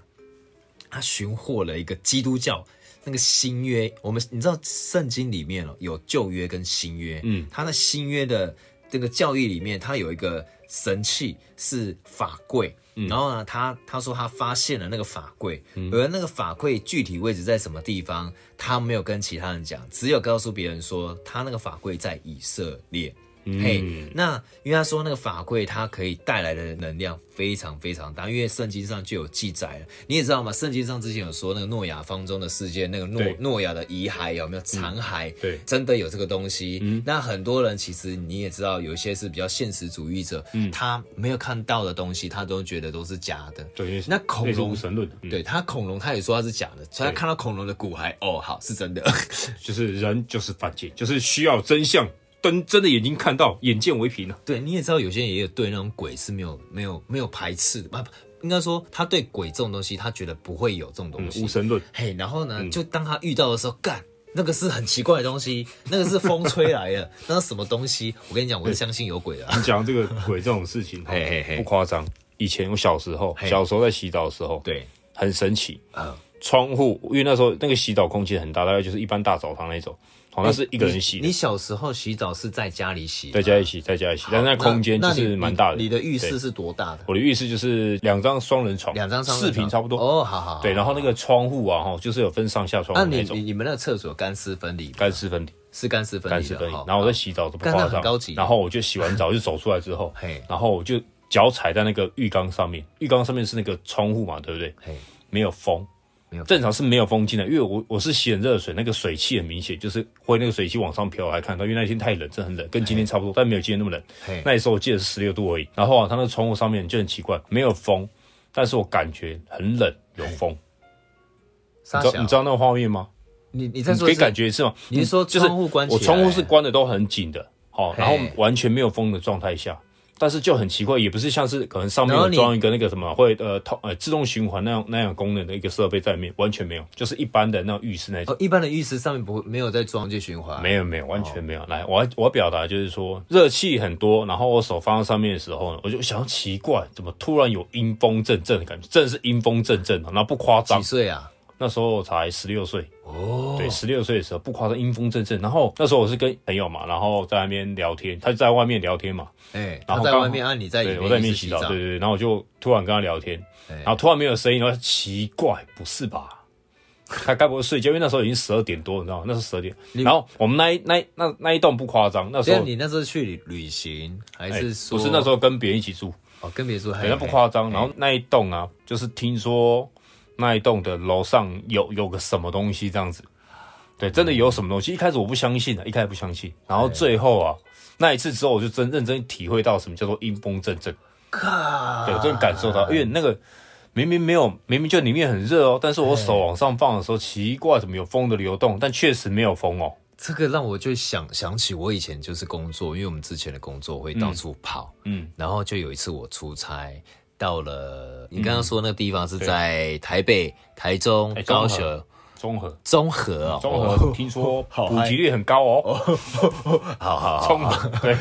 [SPEAKER 1] 他寻获了一个基督教那个新约。我们你知道圣经里面哦有旧约跟新约，嗯，他的新约的这个教义里面，他有一个神器是法柜。然后呢，他他说他发现了那个法柜，而那个法柜具体位置在什么地方，他没有跟其他人讲，只有告诉别人说他那个法柜在以色列。
[SPEAKER 2] 嗯
[SPEAKER 1] 嘿、那因为他说那个法柜它可以带来的能量非常非常大，因为圣经上就有记载了。你也知道吗？圣经上之前有说那个诺亚方舟的事件，那个诺
[SPEAKER 2] 对嗯
[SPEAKER 1] 诺亚的遗骸有没有残骸？
[SPEAKER 2] 对
[SPEAKER 1] 真的有这个东西。
[SPEAKER 2] 嗯
[SPEAKER 1] 那很多人其实你也知道，有一些是比较现实主义者，
[SPEAKER 2] 嗯
[SPEAKER 1] 他没有看到的东西，他都觉得都是假的。
[SPEAKER 2] 对，因为
[SPEAKER 1] 那恐
[SPEAKER 2] 类似
[SPEAKER 1] 龙
[SPEAKER 2] 无神论的，嗯
[SPEAKER 1] 对他恐龙，他也说他是假的，所以他
[SPEAKER 2] 对
[SPEAKER 1] 看到恐龙的骨骸，哦，好是真的。
[SPEAKER 2] 就是人就是犯贱，就是需要真相，瞪真的眼睛看到，眼见为凭啊。
[SPEAKER 1] 对，你也知道，有些人也有对那种鬼是没有没有没有排斥的，不不，应该说他对鬼这种东西，他觉得不会有这种东西。
[SPEAKER 2] 无神论，
[SPEAKER 1] 嘿，然后
[SPEAKER 2] 嗯
[SPEAKER 1] 呢，就当他遇到的时候，干。那个是很奇怪的东西，那个是风吹来的，那是什么东西？我跟你讲，我是相信有鬼的、 啊。
[SPEAKER 2] 你讲这个鬼这种事情，
[SPEAKER 1] 嘿嘿嘿
[SPEAKER 2] 不夸张。以前我小时候，
[SPEAKER 1] 嘿
[SPEAKER 2] 小时候在洗澡的时候，，
[SPEAKER 1] 对，
[SPEAKER 2] 很神奇。
[SPEAKER 1] 嗯
[SPEAKER 2] 窗户，因为那时候那个洗澡空间很大，大概就是一般大澡堂那种，好像是一个人
[SPEAKER 1] 哎
[SPEAKER 2] 洗
[SPEAKER 1] 你。
[SPEAKER 2] 的
[SPEAKER 1] 你，小时候洗澡是在家里洗吗？
[SPEAKER 2] 在家一起，在家一起，但是那空间
[SPEAKER 1] 那
[SPEAKER 2] 就
[SPEAKER 1] 那
[SPEAKER 2] 是
[SPEAKER 1] 你
[SPEAKER 2] 蛮大的。
[SPEAKER 1] 你你的浴室
[SPEAKER 2] 对，
[SPEAKER 1] 是多大的？
[SPEAKER 2] 我的浴室就是两张双人床，
[SPEAKER 1] 两张双人
[SPEAKER 2] 四平
[SPEAKER 1] 床
[SPEAKER 2] 差不多。
[SPEAKER 1] 哦，好好。好
[SPEAKER 2] 对，然后那个窗户啊，哈，就是有分上下窗
[SPEAKER 1] 那
[SPEAKER 2] 户
[SPEAKER 1] 你
[SPEAKER 2] 那
[SPEAKER 1] 你
[SPEAKER 2] 种，
[SPEAKER 1] 你们那个厕所干湿分离吗？
[SPEAKER 2] 干湿分离，
[SPEAKER 1] 是干湿分
[SPEAKER 2] 干
[SPEAKER 1] 离
[SPEAKER 2] 湿
[SPEAKER 1] 的
[SPEAKER 2] 分离
[SPEAKER 1] 哈。。哦
[SPEAKER 2] 然后我在洗澡都不
[SPEAKER 1] 干那
[SPEAKER 2] 夸
[SPEAKER 1] 很
[SPEAKER 2] 张
[SPEAKER 1] 高级，
[SPEAKER 2] 然后我就洗完澡就走出来之后
[SPEAKER 1] 嘿，
[SPEAKER 2] 然后我就脚踩在那个浴缸上面，浴缸上面是那个窗户嘛，对不对？
[SPEAKER 1] 嘿，
[SPEAKER 2] 没有风
[SPEAKER 1] 没有，风
[SPEAKER 2] 正常是没有风进来，因为我我是洗很热的水，那个水汽很明显，就是会那个水汽往上飘，我还看到，因为那天太冷，真的很冷，跟今天差不多，但没有今天那么冷
[SPEAKER 1] 嘿。
[SPEAKER 2] 那时候我记得是十六度而已。然后啊，它那个窗户上面就很奇怪，没有风，但是我感觉很冷，有风。
[SPEAKER 1] 沙
[SPEAKER 2] 你知
[SPEAKER 1] 小
[SPEAKER 2] 道你知道那个画面吗？
[SPEAKER 1] 你你在
[SPEAKER 2] 你
[SPEAKER 1] 说
[SPEAKER 2] 可以
[SPEAKER 1] 是
[SPEAKER 2] 感觉是吗？
[SPEAKER 1] 你
[SPEAKER 2] 嗯
[SPEAKER 1] 是说
[SPEAKER 2] 就是
[SPEAKER 1] 窗户关起来
[SPEAKER 2] 我窗户是关的都很紧的，好，然后
[SPEAKER 1] 嘿
[SPEAKER 2] 完全没有风的状态下。但是就很奇怪，也不是像是可能上面
[SPEAKER 1] 然后
[SPEAKER 2] 有
[SPEAKER 1] 你
[SPEAKER 2] 装一个那个什么会呃通呃自动循环那样那样功能的一个设备在里面，完全没有，就是一般的那种浴室那种，
[SPEAKER 1] 哦，一般的浴室上面不会没有在装这循环，啊
[SPEAKER 2] 没有没有完全没有。来，我要我要表达就是说热气很多，然后我手放到上面的时候呢，我就想奇怪，怎么突然有阴风阵阵的感觉，真的是阴风阵阵的，然后不夸张
[SPEAKER 1] 几，岁啊？
[SPEAKER 2] 那时候我才十六岁，
[SPEAKER 1] 哦，
[SPEAKER 2] 对，十六岁的时候不夸张，阴风阵阵。然后那时候我是跟朋友嘛，然后在那边聊天，他就在外面聊天嘛，
[SPEAKER 1] 哎，
[SPEAKER 2] 然
[SPEAKER 1] 他
[SPEAKER 2] 后
[SPEAKER 1] 在
[SPEAKER 2] 刚好
[SPEAKER 1] 外面，啊，你在里
[SPEAKER 2] 对，
[SPEAKER 1] 面，
[SPEAKER 2] 我在里
[SPEAKER 1] 你
[SPEAKER 2] 面
[SPEAKER 1] 是
[SPEAKER 2] 洗
[SPEAKER 1] 洗
[SPEAKER 2] 澡，对对对。然后我就突然跟他聊天，
[SPEAKER 1] 哎
[SPEAKER 2] 然后突然没有声音，然后奇怪，不是吧？他该不会睡觉？因为那时候已经十二点多，你知道吗？那是十二点。然后我们那一那一那那一栋不夸张，那时
[SPEAKER 1] 所以
[SPEAKER 2] 候
[SPEAKER 1] 你那时候去旅旅行，还
[SPEAKER 2] 哎
[SPEAKER 1] 是说
[SPEAKER 2] 不是那时候跟别人一起住，
[SPEAKER 1] 哦，跟别说，
[SPEAKER 2] 对，
[SPEAKER 1] 嘿
[SPEAKER 2] 那不夸
[SPEAKER 1] 哎
[SPEAKER 2] 张。然后那一栋啊，就是听说那一栋的楼上有有个什么东西这样子，对，真的有什么东西。一开始我不相信的，啊一开始不相信，然后最后
[SPEAKER 1] 嗯
[SPEAKER 2] 啊，那一次之后，我就真认真体会到什么叫做阴风阵阵，
[SPEAKER 1] 靠，
[SPEAKER 2] 对，真的感
[SPEAKER 1] 啊
[SPEAKER 2] 受到，因为那个。明明没有，明明就里面很热哦，但是我手往上放的时候，奇怪，怎么有风的流动？但确实没有风哦。
[SPEAKER 1] 这个让我就想想起我以前就是工作，因为我们之前的工作会到处跑，
[SPEAKER 2] 嗯，
[SPEAKER 1] 然后就有一次我出差
[SPEAKER 2] 嗯
[SPEAKER 1] 到了你刚刚说那个地方是在台北、台中
[SPEAKER 2] 哎台、中
[SPEAKER 1] 高
[SPEAKER 2] 和
[SPEAKER 1] 雄，
[SPEAKER 2] 综合，
[SPEAKER 1] 综合哦，
[SPEAKER 2] 综
[SPEAKER 1] 哦
[SPEAKER 2] 合听说
[SPEAKER 1] 好
[SPEAKER 2] 普及率很高哦，
[SPEAKER 1] 好好好
[SPEAKER 2] 综合对，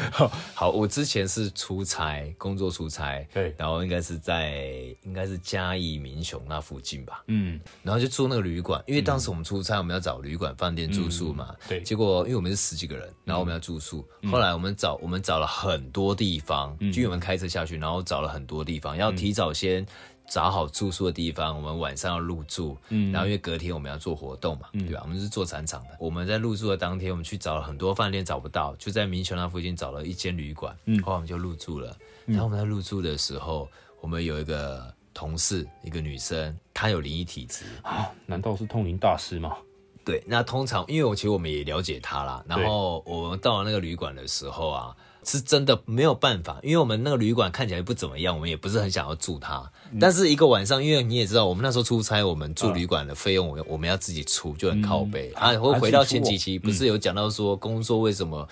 [SPEAKER 1] 好，我之前是出差，工作出差，
[SPEAKER 2] 对
[SPEAKER 1] 然后应该是在应该是嘉义民雄那附近吧，
[SPEAKER 2] 嗯，
[SPEAKER 1] 然后就住那个旅馆，因为当时我们出差，我们要找旅馆、饭店住宿嘛。
[SPEAKER 2] 对
[SPEAKER 1] 结果因为我们是十几个人，然后我们要住宿，后来我们找我们找了很多地方，就因为我们开车下去，然后找了很多地方，要提早先。找好住宿的地方，我们晚上要入住，嗯，然后因为隔天我们要做活动嘛，对吧？我们是做展场的。我们在入住的当天，我们去找了很多饭店找不到，就在民雄那附近找了一间旅馆，嗯，后来我们就入住了。然后我们在入住的时候，我们有一个同事，一个女生，她有灵异体质，
[SPEAKER 2] 啊，难道是通灵大师吗？
[SPEAKER 1] 对，那通常因为我其实我们也了解他啦，然后我们到了那个旅馆的时候啊，是真的没有办法，因为我们那个旅馆看起来不怎么样，我们也不是很想要住它。但是一个晚上，因为你也知道，我们那时候出差，我们住旅馆的费用，我们我们要自己出，就很靠背、啊。回回到前几期，不
[SPEAKER 2] 嗯
[SPEAKER 1] 是有讲到说工作为什么？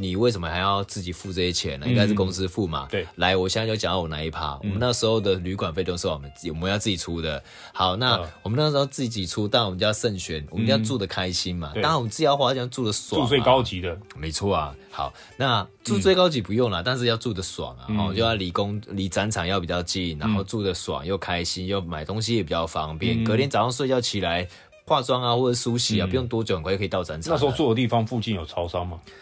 [SPEAKER 1] 你为什么还要自己付这些钱呢？应该是公司付嘛。
[SPEAKER 2] 嗯对嗯
[SPEAKER 1] 来，我现在就讲到我那一趴。我们那时候的旅馆费都是我们自己，我们要自己出的。好，那
[SPEAKER 2] 嗯
[SPEAKER 1] 我们那时候自己出，但我们就要慎选，我们就要住的开心嘛。
[SPEAKER 2] 对
[SPEAKER 1] 当然我们自己要花钱住的爽、
[SPEAKER 2] 住
[SPEAKER 1] 啊，
[SPEAKER 2] 最高级嗯的，
[SPEAKER 1] 没错啊，好，那住最高级不用啦，但是要住的爽啊，
[SPEAKER 2] 嗯
[SPEAKER 1] 哦，就要离工离展场要比较近，然后住的爽又开心，又买东西也比较方
[SPEAKER 2] 嗯
[SPEAKER 1] 便，隔天早上睡觉起来化妆啊或者梳洗啊，不用多久，很快就可以到展场
[SPEAKER 2] 那
[SPEAKER 1] 了。
[SPEAKER 2] 时候住的地方附近有超商吗？
[SPEAKER 1] 诶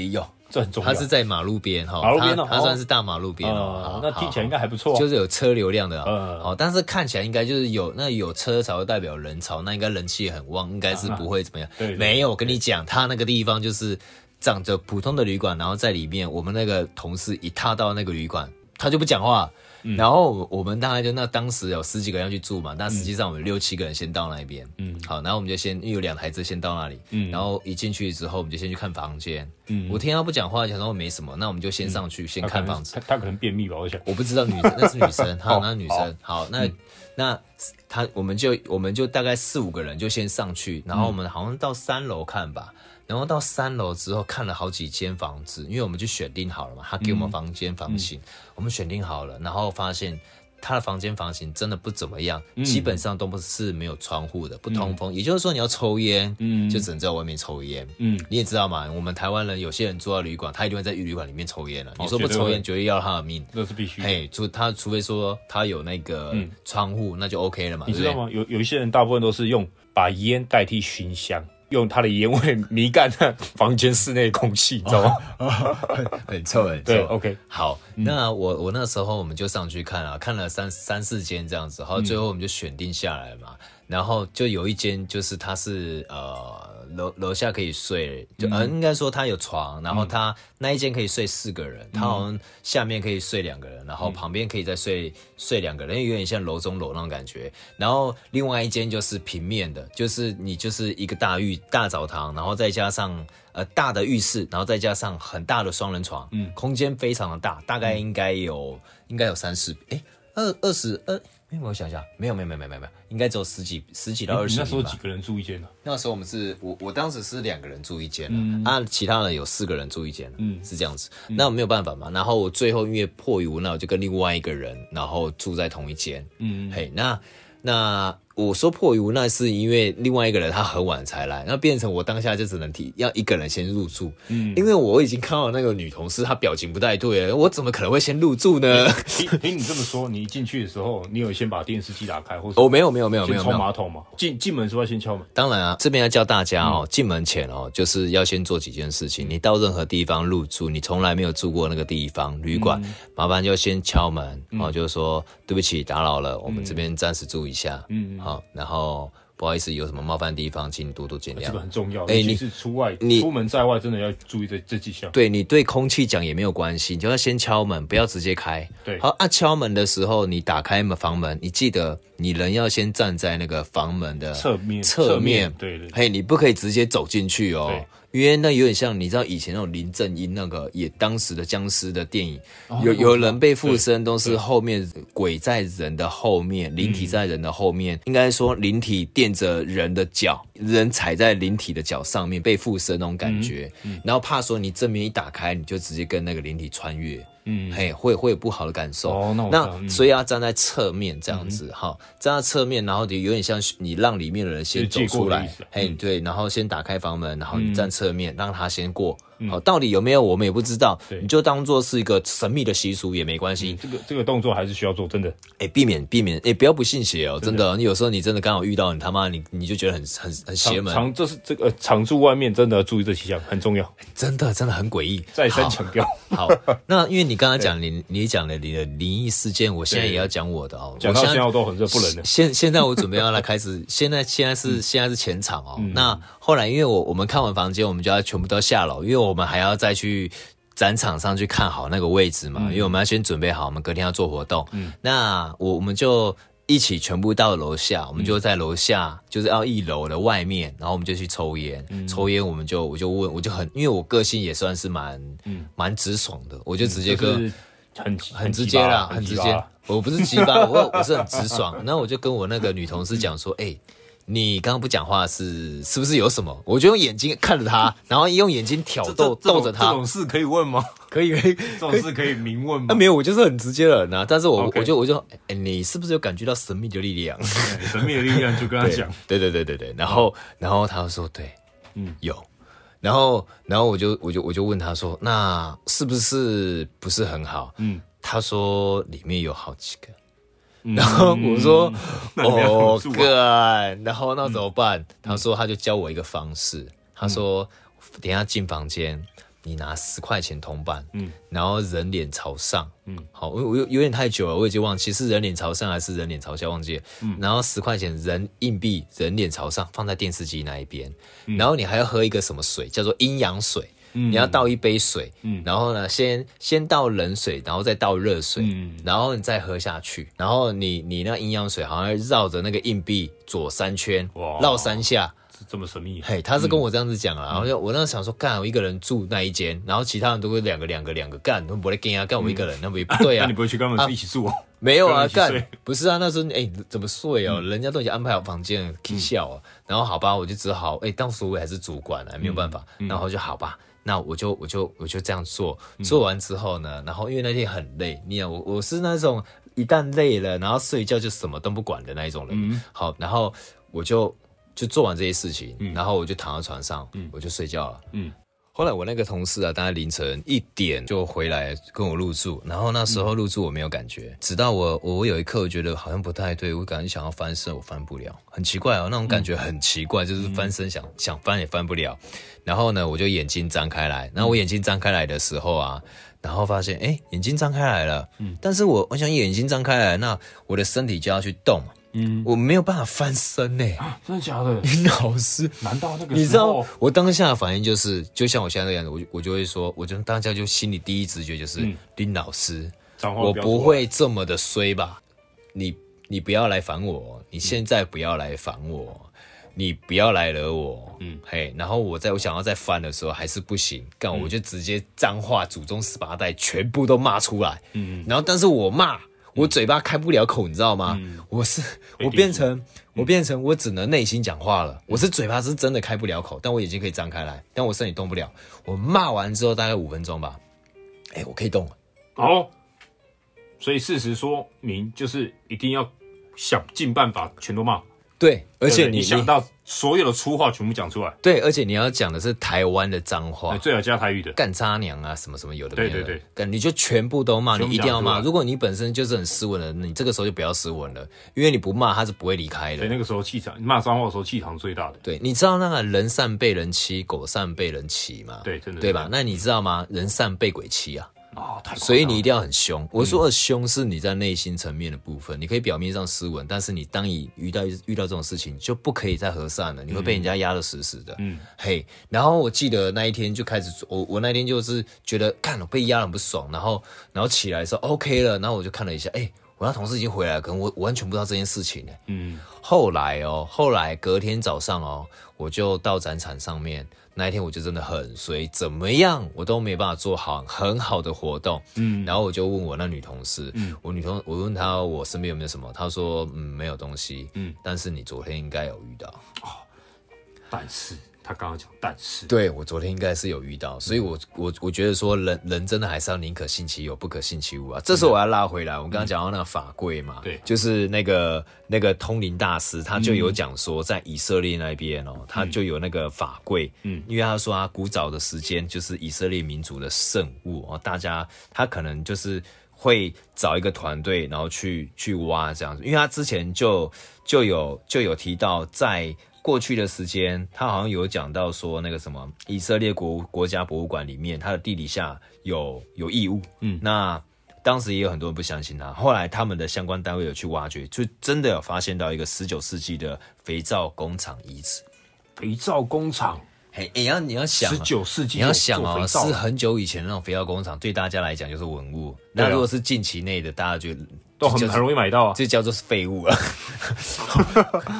[SPEAKER 1] 哎有，
[SPEAKER 2] 这很重要。
[SPEAKER 1] 它是在马路边哈，
[SPEAKER 2] 啊马路边
[SPEAKER 1] 它
[SPEAKER 2] 哦
[SPEAKER 1] 它
[SPEAKER 2] 哦
[SPEAKER 1] 算是大马路边
[SPEAKER 2] 呃
[SPEAKER 1] 哦，好，
[SPEAKER 2] 那听起来应该还不错
[SPEAKER 1] 好
[SPEAKER 2] 啊。
[SPEAKER 1] 就是有车流量的
[SPEAKER 2] 嗯
[SPEAKER 1] 啊，好，但是看起来应该就是有那有车才会代表人潮，那应该人气也很旺，应该是不会怎么样
[SPEAKER 2] 对对。
[SPEAKER 1] 没有，我跟你讲，他那个地方就是长着普通的旅馆，然后在里面，我们那个同事一踏到那个旅馆，他就不讲话。然后我们大概就那当时有十几个人要去住嘛，但实际上我们六七个人先到那边，嗯，好，然后我们就先因为有两台车先到那里，嗯，然后一进去之后我们就先去看房间，嗯，我听他不讲话，想说没什么，那我们就先上去、先
[SPEAKER 2] 他可
[SPEAKER 1] 看
[SPEAKER 2] 能
[SPEAKER 1] 房子，
[SPEAKER 2] 他他可能便秘吧，我想。
[SPEAKER 1] 我不知道女生，那是女生，好，
[SPEAKER 2] 哦
[SPEAKER 1] 那是女生，好，那
[SPEAKER 2] 嗯
[SPEAKER 1] 那她，我们就我们就大概四五个人就先上去，然后我们好像到三楼看吧，然后到三楼之后看了好几间房子，因为我们就选定好了嘛，他给我们房间房
[SPEAKER 2] 嗯
[SPEAKER 1] 型，我们选定好了，然后发现。他的房间房型真的不怎么样，
[SPEAKER 2] 嗯
[SPEAKER 1] 基本上都不是没有窗户的，不通风。也就是说，你要抽烟，
[SPEAKER 2] 嗯
[SPEAKER 1] 就只能在外面抽烟。
[SPEAKER 2] 嗯，
[SPEAKER 1] 你也知道嘛，我们台湾人有些人住到旅馆，他一定会在旅馆里面抽烟了。你说
[SPEAKER 2] 哦绝
[SPEAKER 1] 不
[SPEAKER 2] 对
[SPEAKER 1] 抽
[SPEAKER 2] 会
[SPEAKER 1] 烟，绝对要了他的命。
[SPEAKER 2] 那是必须的。
[SPEAKER 1] 嘿，除他除非说他有那个窗户，那就 OK 了嘛，
[SPEAKER 2] 嗯你知道
[SPEAKER 1] 对不对？
[SPEAKER 2] 吗？有有一些人大部分都是用把烟代替熏香，用他的烟味弥漫那房间室内的空气，你
[SPEAKER 1] 哦
[SPEAKER 2] 知道吗？
[SPEAKER 1] 很臭，很
[SPEAKER 2] 对，OK，哦嗯
[SPEAKER 1] 好，那我我那时候我们就上去看啊，看了三三四间这样子，然
[SPEAKER 2] 嗯
[SPEAKER 1] 后最后我们就选定下来嘛，然后就有一间就是它是呃楼楼下可以睡，就、呃应该说它有床，然后它那一间可以睡四个人，它好像下面可以睡两个人，然后旁边可以再睡睡两个人，因为有点像楼中楼那种感觉。然后另外一间就是平面的，就是你就是一个大浴大澡堂，然后再加上呃大的浴室，然后再加上很大的双人床，嗯，空间非常的大，大概应该有、应该有三十，哎，二二十二，没有，我想一下，没有没有没有没有没有，应该只有十几十几到二
[SPEAKER 2] 你
[SPEAKER 1] 十
[SPEAKER 2] 那时候
[SPEAKER 1] 平吧
[SPEAKER 2] 几。个人住一间呢？啊
[SPEAKER 1] 那时候我们是我我当时是两个人住一间、啊，
[SPEAKER 2] 嗯
[SPEAKER 1] 啊，其他人有四个人住一间、嗯，是这样子。那我没有办法嘛，然后我最后因为迫于无奈，我就跟另外一个人，然后住在同一间，嗯，嘿，那那我说迫于无奈，是因为另外一个人他很晚才来，那变成我当下就只能提要一个人先入住，嗯，因为我已经看到那个女同事她表情不太对了，我怎么可能会先入住呢？
[SPEAKER 2] 听听你这么说，你一进去的时候，你有先把电视机打开，或 者
[SPEAKER 1] 哦，没有没有没有没
[SPEAKER 2] 先
[SPEAKER 1] 有没
[SPEAKER 2] 冲
[SPEAKER 1] 有，
[SPEAKER 2] 马桶吗？进进门是不是要先敲门？
[SPEAKER 1] 当然啊，这边要教大家哦，进门前哦，就是要先做几件事情。你到任何地方入住，你从来没有住过那个地方旅馆，麻烦就先敲门、哦，就是说对不起，打扰了，我们这边暂时住一下，嗯，好、然后不好意思，有什么冒犯的地方，请多多见
[SPEAKER 2] 这
[SPEAKER 1] 谅
[SPEAKER 2] 个。很重要，
[SPEAKER 1] 哎
[SPEAKER 2] 尤其
[SPEAKER 1] 你
[SPEAKER 2] 是出外
[SPEAKER 1] 你
[SPEAKER 2] 出门在外，真的要注意这这几项。
[SPEAKER 1] 对你对空气讲也没有关系，你就要先敲门，不要直接开。
[SPEAKER 2] 对
[SPEAKER 1] 好啊，敲门的时候你打开门房门，你记得你人要先站在那个房门的
[SPEAKER 2] 侧面侧
[SPEAKER 1] 侧
[SPEAKER 2] 面
[SPEAKER 1] 面，
[SPEAKER 2] 对对
[SPEAKER 1] 嘿，你不可以直接走进去哦
[SPEAKER 2] 对。
[SPEAKER 1] 因为那有点像你知道以前那种林正英那个也当时的僵尸的电影，
[SPEAKER 2] 那
[SPEAKER 1] 有
[SPEAKER 2] 哦个我
[SPEAKER 1] 有
[SPEAKER 2] 知道
[SPEAKER 1] 人被附身都是后面鬼在人的后面，灵体在人的后
[SPEAKER 2] 嗯
[SPEAKER 1] 面，应该说灵体垫着人的脚，人踩在灵体的脚上
[SPEAKER 2] 嗯
[SPEAKER 1] 面被附身那种感觉，然后怕说你正面一打开你就直接跟那个灵体穿越。嗯，嘿，会会有不好的感受。
[SPEAKER 2] 哦那我知道
[SPEAKER 1] 那
[SPEAKER 2] 嗯
[SPEAKER 1] 所以要站在侧面这样子，哈，站在侧面，然后就有点像你让里面的人先走
[SPEAKER 2] 就是借
[SPEAKER 1] 出
[SPEAKER 2] 过的
[SPEAKER 1] 来
[SPEAKER 2] 意思啊，
[SPEAKER 1] 嘿，对，然后先打开房门，然后你站侧面，让他先过。好，到底有没有我们也不知道，
[SPEAKER 2] 嗯对嗯
[SPEAKER 1] 你就当做是一个神秘的习俗也没关系。
[SPEAKER 2] 这个这个动作还是需要做，真的。
[SPEAKER 1] 哎、避免避免，哎、不要不信邪哦，真的，你有时候你真的刚好遇到，你他妈你你就觉得很很很邪
[SPEAKER 2] 常
[SPEAKER 1] 门，
[SPEAKER 2] 常这是这个呃常住外面真的要注意这气象很重要，
[SPEAKER 1] 真的真的很诡异。
[SPEAKER 2] 再三
[SPEAKER 1] 好
[SPEAKER 2] 强调。
[SPEAKER 1] 好，那因为你刚才 讲你你讲了你的灵异事件，我现在也要讲我的哦。
[SPEAKER 2] 讲到
[SPEAKER 1] 我
[SPEAKER 2] 现在我都很热不冷了。嗯
[SPEAKER 1] 现现在我准备要来开始， 现在现在是现在是前场哦。那后来因为我我们看完房间，我们就要全部都下楼，因为我们还要再去展场上去看好那个位置
[SPEAKER 2] 嗯
[SPEAKER 1] 嘛，因为我们要先准备好，我们隔天要做活动。那我我们就。一起全部到楼下，我们就在楼下，就是要一楼的外面，然后我们就去抽烟。
[SPEAKER 2] 嗯
[SPEAKER 1] 抽烟，我们就我就问，我就很，因为我个性也算是蛮蛮、直爽的，我就直接跟、
[SPEAKER 2] 嗯就是很
[SPEAKER 1] 很直
[SPEAKER 2] 鸡
[SPEAKER 1] 接
[SPEAKER 2] 巴
[SPEAKER 1] 啦，
[SPEAKER 2] 很
[SPEAKER 1] 很
[SPEAKER 2] 鸡
[SPEAKER 1] 直
[SPEAKER 2] 巴
[SPEAKER 1] 接
[SPEAKER 2] 啦。
[SPEAKER 1] 我不是鸡巴， 我我是很直爽。那我就跟我那个女同事讲说，哎、你刚刚不讲话是是不是有什么？我就用眼睛看着她， 然后用眼睛挑逗逗着她。
[SPEAKER 2] 事可以问吗？
[SPEAKER 1] 可以可以。
[SPEAKER 2] 这种事可以明问
[SPEAKER 1] 啊，？没有，我就是很直接的人啊。但是我
[SPEAKER 2] OK
[SPEAKER 1] 我就我就，哎、你是不是有感觉到神秘的力量？
[SPEAKER 2] 哎神秘的力量就跟他讲，
[SPEAKER 1] 对对对对对，然后然后他就说对，嗯，有。然后然后我就我就我就问他说，那是不是不是很好？嗯，他说里面有好几个。然后我 说：“
[SPEAKER 2] 嗯你要怎
[SPEAKER 1] 哦
[SPEAKER 2] 么做啊，嗯
[SPEAKER 1] 干、然后那怎么办？”他说：“他就教我一个方式。他说：“
[SPEAKER 2] 嗯
[SPEAKER 1] 等一下进房间，你拿十块钱铜板，嗯，然后人脸朝上，嗯，好，我我有有点太久了，我已经忘记是人脸朝上还是人脸朝下，忘记了。然后十块钱人硬币人脸朝上放在电视机那一边，然后你还要喝一个什么水，叫做阴阳水。”你要倒一杯水，然后呢，先先倒冷水，然后再倒热水，然后你再喝下去，然后你你那阴阳水好像绕着那个硬币左三圈
[SPEAKER 2] 哇，
[SPEAKER 1] 绕三下，
[SPEAKER 2] 这这么神秘，
[SPEAKER 1] 嘿，他是跟我这样子讲啊，然后就我那时候想说，干，我一个人住那一间，然后其他人都会两个两个两个干，那不会跟啊，干我一个人，那不也不对
[SPEAKER 2] 那
[SPEAKER 1] 啊
[SPEAKER 2] 你，不会去跟他们一起住哦？
[SPEAKER 1] 没有啊，
[SPEAKER 2] 跟他一起睡嗯
[SPEAKER 1] 干不是啊，那时候哎、怎么睡哦、人家都已经安排好房间了，k 笑啊，然后好吧，我就只好哎、当时我也是主管啊，没有办法，
[SPEAKER 2] 嗯
[SPEAKER 1] 然后就好吧。那我就我就我就这样做，做完之后呢，然后因为那天很累，你看我我是那种一旦累了，然后睡觉就什么都不管的那一种人。
[SPEAKER 2] 嗯
[SPEAKER 1] 好，然后我就就做完这些事情，
[SPEAKER 2] 嗯
[SPEAKER 1] 然后我就躺在床上，我就睡觉了。后来我那个同事啊，大概凌晨一点就回来跟我入住，然后那时候入住我没有感觉，直到我我有一刻我觉得好像不太对，我感觉想要翻身，我翻不了，很奇怪哦，那种感觉很奇怪，就是翻身想想翻也翻不了。然后呢，我就眼睛张开来，然后我眼睛张开来的时候啊，然后发现哎，眼睛张开来了，但是我我想眼睛张开来，那我的身体就要去动，
[SPEAKER 2] 嗯
[SPEAKER 1] 我没有办法翻身呢、哎
[SPEAKER 2] 真的假的？
[SPEAKER 1] 老师，
[SPEAKER 2] 难道那个
[SPEAKER 1] 你知
[SPEAKER 2] 时候
[SPEAKER 1] 道我当下的反应就是，就像我现在这样子，我就我就会说，我就当下就心里第一直觉就是，
[SPEAKER 2] 嗯
[SPEAKER 1] 林老师，
[SPEAKER 2] 脏话
[SPEAKER 1] 我
[SPEAKER 2] 要
[SPEAKER 1] 不
[SPEAKER 2] 说
[SPEAKER 1] 会这么的衰吧？你你不要来烦我，你现在不要来烦我，你不要来惹我，嗯，嘿，然后我在我想要再翻的时候还是不行，干我就直接脏话、祖宗十八代全部都骂出来，嗯，然后但是我骂。我嘴巴开不了口，你知道吗？我是我变成我变成我只能内心讲话了，我是嘴巴是真的开不了口，但我眼睛可以张开来，但我身体动不了。我骂完之后大概五分钟吧，哎、我可以动了。
[SPEAKER 2] 好，所以事实说明就是一定要想尽办法全都骂，
[SPEAKER 1] 对，而且
[SPEAKER 2] 对不对
[SPEAKER 1] 你
[SPEAKER 2] 你想到所有的粗话全部讲出来，
[SPEAKER 1] 对，而且你要讲的是台湾的脏
[SPEAKER 2] 哎
[SPEAKER 1] 话，
[SPEAKER 2] 最好加台语的。
[SPEAKER 1] 干渣娘啊，什么什么有的没有的，
[SPEAKER 2] 对对对
[SPEAKER 1] 干你就全部都骂，
[SPEAKER 2] 全部
[SPEAKER 1] 你一定要
[SPEAKER 2] 讲出
[SPEAKER 1] 骂。
[SPEAKER 2] 来
[SPEAKER 1] 如果你本身就是很斯文的，人，你这个时候就不要斯文了，因为你不骂他是不会离开
[SPEAKER 2] 所以
[SPEAKER 1] 的。
[SPEAKER 2] 那个时候气场骂脏话的时候气场最大的，
[SPEAKER 1] 对，你知道那个人善被人欺，狗善被人骑吗？
[SPEAKER 2] 对真的
[SPEAKER 1] 对吧？那你知道吗？人善被鬼欺啊，
[SPEAKER 2] 啊、太夸张了嗯
[SPEAKER 1] 所以你一定要很凶。我说的凶是你在内心层面的部分，你可以表面上斯文，但是你当你遇到遇到这种事情，你就不可以再和善
[SPEAKER 2] 嗯
[SPEAKER 1] 了，你会被人家压得死死的。嗯，嘿。然后我记得那一天就开始，我我那天就是觉得，看我被压得很不爽，然后然后起来的时候 OK 了，然后我就看了一下，哎、我那同事已经回来了，可能我我完全不知道这件事情呢、
[SPEAKER 2] 嗯，
[SPEAKER 1] 后来哦，后来隔天早上哦，我就到展场上面。那一天我就真的很衰，怎么样我都没办法做好很好的活动。嗯，然后我就问我那女同事，我女同我问她我身边有没有什么，她说嗯没有东西。嗯，但是你昨天应该有遇到，
[SPEAKER 2] 但是他刚刚讲但是，
[SPEAKER 1] 对我昨天应该是有遇到，所以我我我觉得说人人真的还是要宁可信其有，不可信其无啊。这时候我要拉回来，我刚刚讲到那个法规嘛，
[SPEAKER 2] 对
[SPEAKER 1] 就是那个那个通灵大师，他就有讲说，在以色列那边哦，他就有那个法规，嗯，因为他说他古早的时间就是以色列民族的圣物哦，大家他可能就是。会找一个团队，然后去去挖这样子，因为他之前就就有就有提到，在过去的时间，他好像有讲到说那个什么以色列国国家博物馆里面，它的地底下有有异物，嗯，那当时也有很多人不相信他，后来他们的相关单位有去挖掘，就真的有发现到一个十九世纪的肥皂工厂遗址。
[SPEAKER 2] 肥皂工厂，
[SPEAKER 1] 嘿，你要你要想啊
[SPEAKER 2] 十九世纪
[SPEAKER 1] 你要想
[SPEAKER 2] 做
[SPEAKER 1] 哦，
[SPEAKER 2] 肥
[SPEAKER 1] 是
[SPEAKER 2] 皂
[SPEAKER 1] 很久以前那种肥皂工厂，对大家来讲就是文物。
[SPEAKER 2] 对
[SPEAKER 1] 那
[SPEAKER 2] 啊
[SPEAKER 1] 如果是近期内的，大家就
[SPEAKER 2] 都
[SPEAKER 1] 就
[SPEAKER 2] 很
[SPEAKER 1] 是
[SPEAKER 2] 很容易买到啊，
[SPEAKER 1] 这叫做是废 物啊！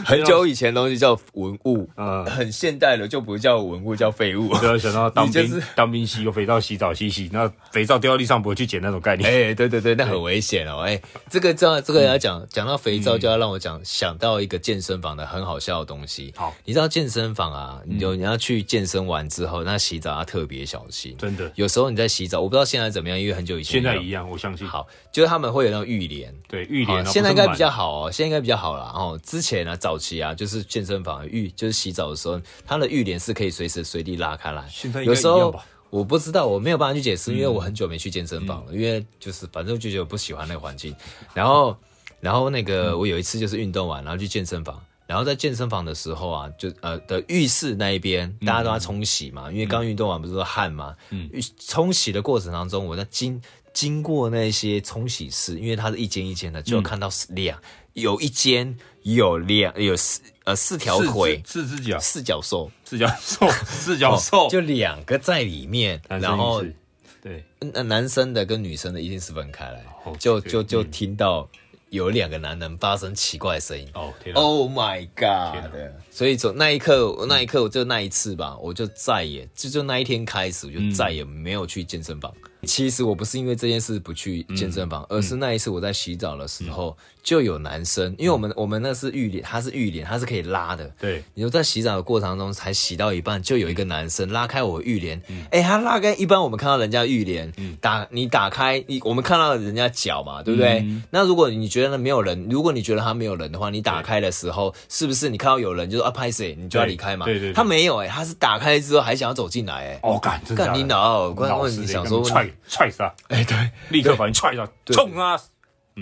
[SPEAKER 1] 很久以前的东西叫文物，
[SPEAKER 2] 嗯
[SPEAKER 1] 很现代的就不叫文物，叫废物。
[SPEAKER 2] 对啊，想到当
[SPEAKER 1] 你就
[SPEAKER 2] 兵，当兵洗有肥皂洗澡洗洗，那肥皂掉到地上不会去捡那种概 念。
[SPEAKER 1] 哎、对对对，那很危险哦。哎、这个这这个要讲
[SPEAKER 2] 嗯
[SPEAKER 1] 讲到肥皂，就要让我讲、想到一个健身房的很好笑的东西。
[SPEAKER 2] 好
[SPEAKER 1] 你知道健身房啊，
[SPEAKER 2] 嗯
[SPEAKER 1] 你就、你要去健身完之后，那洗澡要特别小心。
[SPEAKER 2] 真的，
[SPEAKER 1] 有时候你在洗澡，我不知道现在怎么样，因为很久以前
[SPEAKER 2] 现在
[SPEAKER 1] 没有
[SPEAKER 2] 一样，我相信。
[SPEAKER 1] 好，就是他们会有那种浴帘。哦
[SPEAKER 2] 对，浴帘啊
[SPEAKER 1] 好现在应该比较
[SPEAKER 2] 不
[SPEAKER 1] 好哦，现在应该比较好了哦。之前啊，早期啊，就是健身房浴，就是洗澡的时候，它的浴帘是可以随时随地拉开来。
[SPEAKER 2] 现在应该
[SPEAKER 1] 有时
[SPEAKER 2] 一样
[SPEAKER 1] 候
[SPEAKER 2] 吧
[SPEAKER 1] 我不知道，我没有办法去解释，因为我很久没去健身房了，因为就是反正我就觉得我不喜欢那个环境。然后，然后那个我有一次就是运动完，然后去健身房。然后在健身房的时候啊，就呃的浴室那一边，大家都要冲洗嘛，因为刚运动完不是说汗嘛，浴冲洗的过程当中，我在经经过那些冲洗室，因为它是一间一间的，就有看到两、有一间有两有四呃四条
[SPEAKER 2] 能是
[SPEAKER 1] 腿
[SPEAKER 2] 是自己啊，
[SPEAKER 1] 四脚哦兽，
[SPEAKER 2] 四脚 兽，四脚兽，
[SPEAKER 1] 就两个在里面，
[SPEAKER 2] 男
[SPEAKER 1] 然
[SPEAKER 2] 生
[SPEAKER 1] 后
[SPEAKER 2] 也是对，
[SPEAKER 1] 那男生的跟女生的一定是分开来，
[SPEAKER 2] 哦
[SPEAKER 1] 就
[SPEAKER 2] 对
[SPEAKER 1] 就就听到有两个男人发生奇怪的声音。
[SPEAKER 2] 哦天啊，
[SPEAKER 1] Oh my
[SPEAKER 2] 天
[SPEAKER 1] god！所以从那一刻，那一刻我就那一次吧，我就再也就就那一天开始，我
[SPEAKER 2] 嗯
[SPEAKER 1] 就再也没有去健身房。其实我不是因为这件事不去健身房，
[SPEAKER 2] 嗯
[SPEAKER 1] 而是那一次我在洗澡的时候，就有男生，因为我们我们那是浴帘，它是浴帘，它是可以拉的，
[SPEAKER 2] 对，
[SPEAKER 1] 你就在洗澡的过程中，才洗到一半，就有一个男生拉开我的浴帘，哎、
[SPEAKER 2] 嗯
[SPEAKER 1] 他拉开，一般我们看到人家浴帘，打你打开，你我们看到人家脚嘛，对不对？
[SPEAKER 2] 嗯
[SPEAKER 1] 那如果你觉得没有人，如果你觉得他没有人的话，你打开的时候，是不是你看到有人就说啊拍谁，你就要
[SPEAKER 2] 对
[SPEAKER 1] 离开嘛？
[SPEAKER 2] 对对对
[SPEAKER 1] 他没有哎、他是打开之后还想要走进来哎、
[SPEAKER 2] 哦干，真的假
[SPEAKER 1] 干
[SPEAKER 2] 的
[SPEAKER 1] 你脑，关
[SPEAKER 2] 老
[SPEAKER 1] 关
[SPEAKER 2] 实
[SPEAKER 1] 你
[SPEAKER 2] 的
[SPEAKER 1] 想
[SPEAKER 2] 跟
[SPEAKER 1] 说
[SPEAKER 2] 他们踹踹死他，
[SPEAKER 1] 哎、对，
[SPEAKER 2] 立刻把你踹他，
[SPEAKER 1] 对
[SPEAKER 2] 冲啊！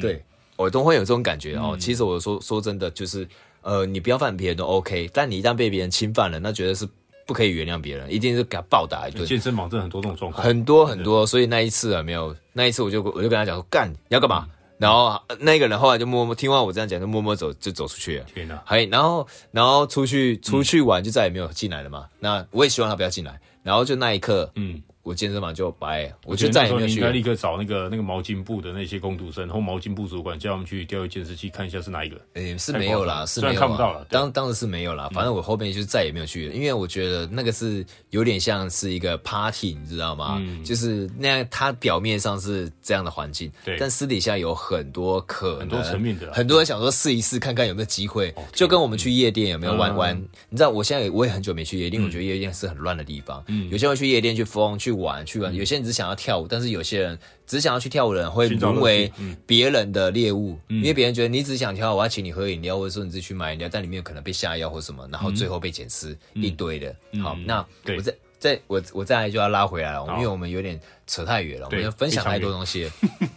[SPEAKER 1] 对，我嗯都会有这种感觉哦。
[SPEAKER 2] 嗯
[SPEAKER 1] 其实我说说真的，就是呃，你不要犯别人都 OK，但你一旦被别人侵犯了，那绝对是不可以原谅别人，一定是给他暴打一顿。
[SPEAKER 2] 健身房真的很多这种状况，
[SPEAKER 1] 很多很多，所以那一次啊，没有那一次，我就我就跟他讲说，干你要干
[SPEAKER 2] 嗯
[SPEAKER 1] 嘛？然后呃那个人后来就默默听完我这样讲，就默默走就走出去了。
[SPEAKER 2] 天哪，
[SPEAKER 1] 还然后然后出去出去玩就再也没有进来了嘛。那我也希望他不要进来。然后就那一刻，
[SPEAKER 2] 嗯，
[SPEAKER 1] 我健身房就拜，我
[SPEAKER 2] 我
[SPEAKER 1] 就再也没有
[SPEAKER 2] 你
[SPEAKER 1] 去
[SPEAKER 2] 应
[SPEAKER 1] 了
[SPEAKER 2] 该。立刻找那个那个毛巾部的那些工读生或毛巾部主管，叫他们去调阅监视器看一下是哪一个。
[SPEAKER 1] 诶、是没有啦，是没
[SPEAKER 2] 太夸张了虽然
[SPEAKER 1] 有
[SPEAKER 2] 看不到了嗯
[SPEAKER 1] 啊。当当时是没有啦，反正我后面就再也没有去了，因为我觉得那个是有点像是一个 party，你知道吗？
[SPEAKER 2] 嗯
[SPEAKER 1] 就是那样，它表面上是这样的环境，
[SPEAKER 2] 对
[SPEAKER 1] 但私底下有很多可能
[SPEAKER 2] 很多层面的啊哦
[SPEAKER 1] 很多人想说试一试看看有没有机会，就跟我们去夜店有没有玩
[SPEAKER 2] 嗯
[SPEAKER 1] 玩。你知道我现在也我也很久没去夜店，我觉得夜店是很乱的地方。
[SPEAKER 2] 嗯
[SPEAKER 1] 有些人会去夜店去疯去玩去玩，有些人只想要跳舞，但是有些人只想要去跳舞的人会
[SPEAKER 2] 寻找乐
[SPEAKER 1] 沦
[SPEAKER 2] 趣
[SPEAKER 1] 为
[SPEAKER 2] 嗯
[SPEAKER 1] 别人的猎物，因为别人觉得你只想跳，我要请你喝饮料，或者说你自己去买饮料，但里面有可能被下药或什么，然后最后被捡尸、一堆的。好，那
[SPEAKER 2] 嗯对
[SPEAKER 1] 我再再我我再来就要拉回来了，因为我们有点扯太远了，我
[SPEAKER 2] 对
[SPEAKER 1] 们分享
[SPEAKER 2] 非常
[SPEAKER 1] 太多
[SPEAKER 2] 远
[SPEAKER 1] 东西了。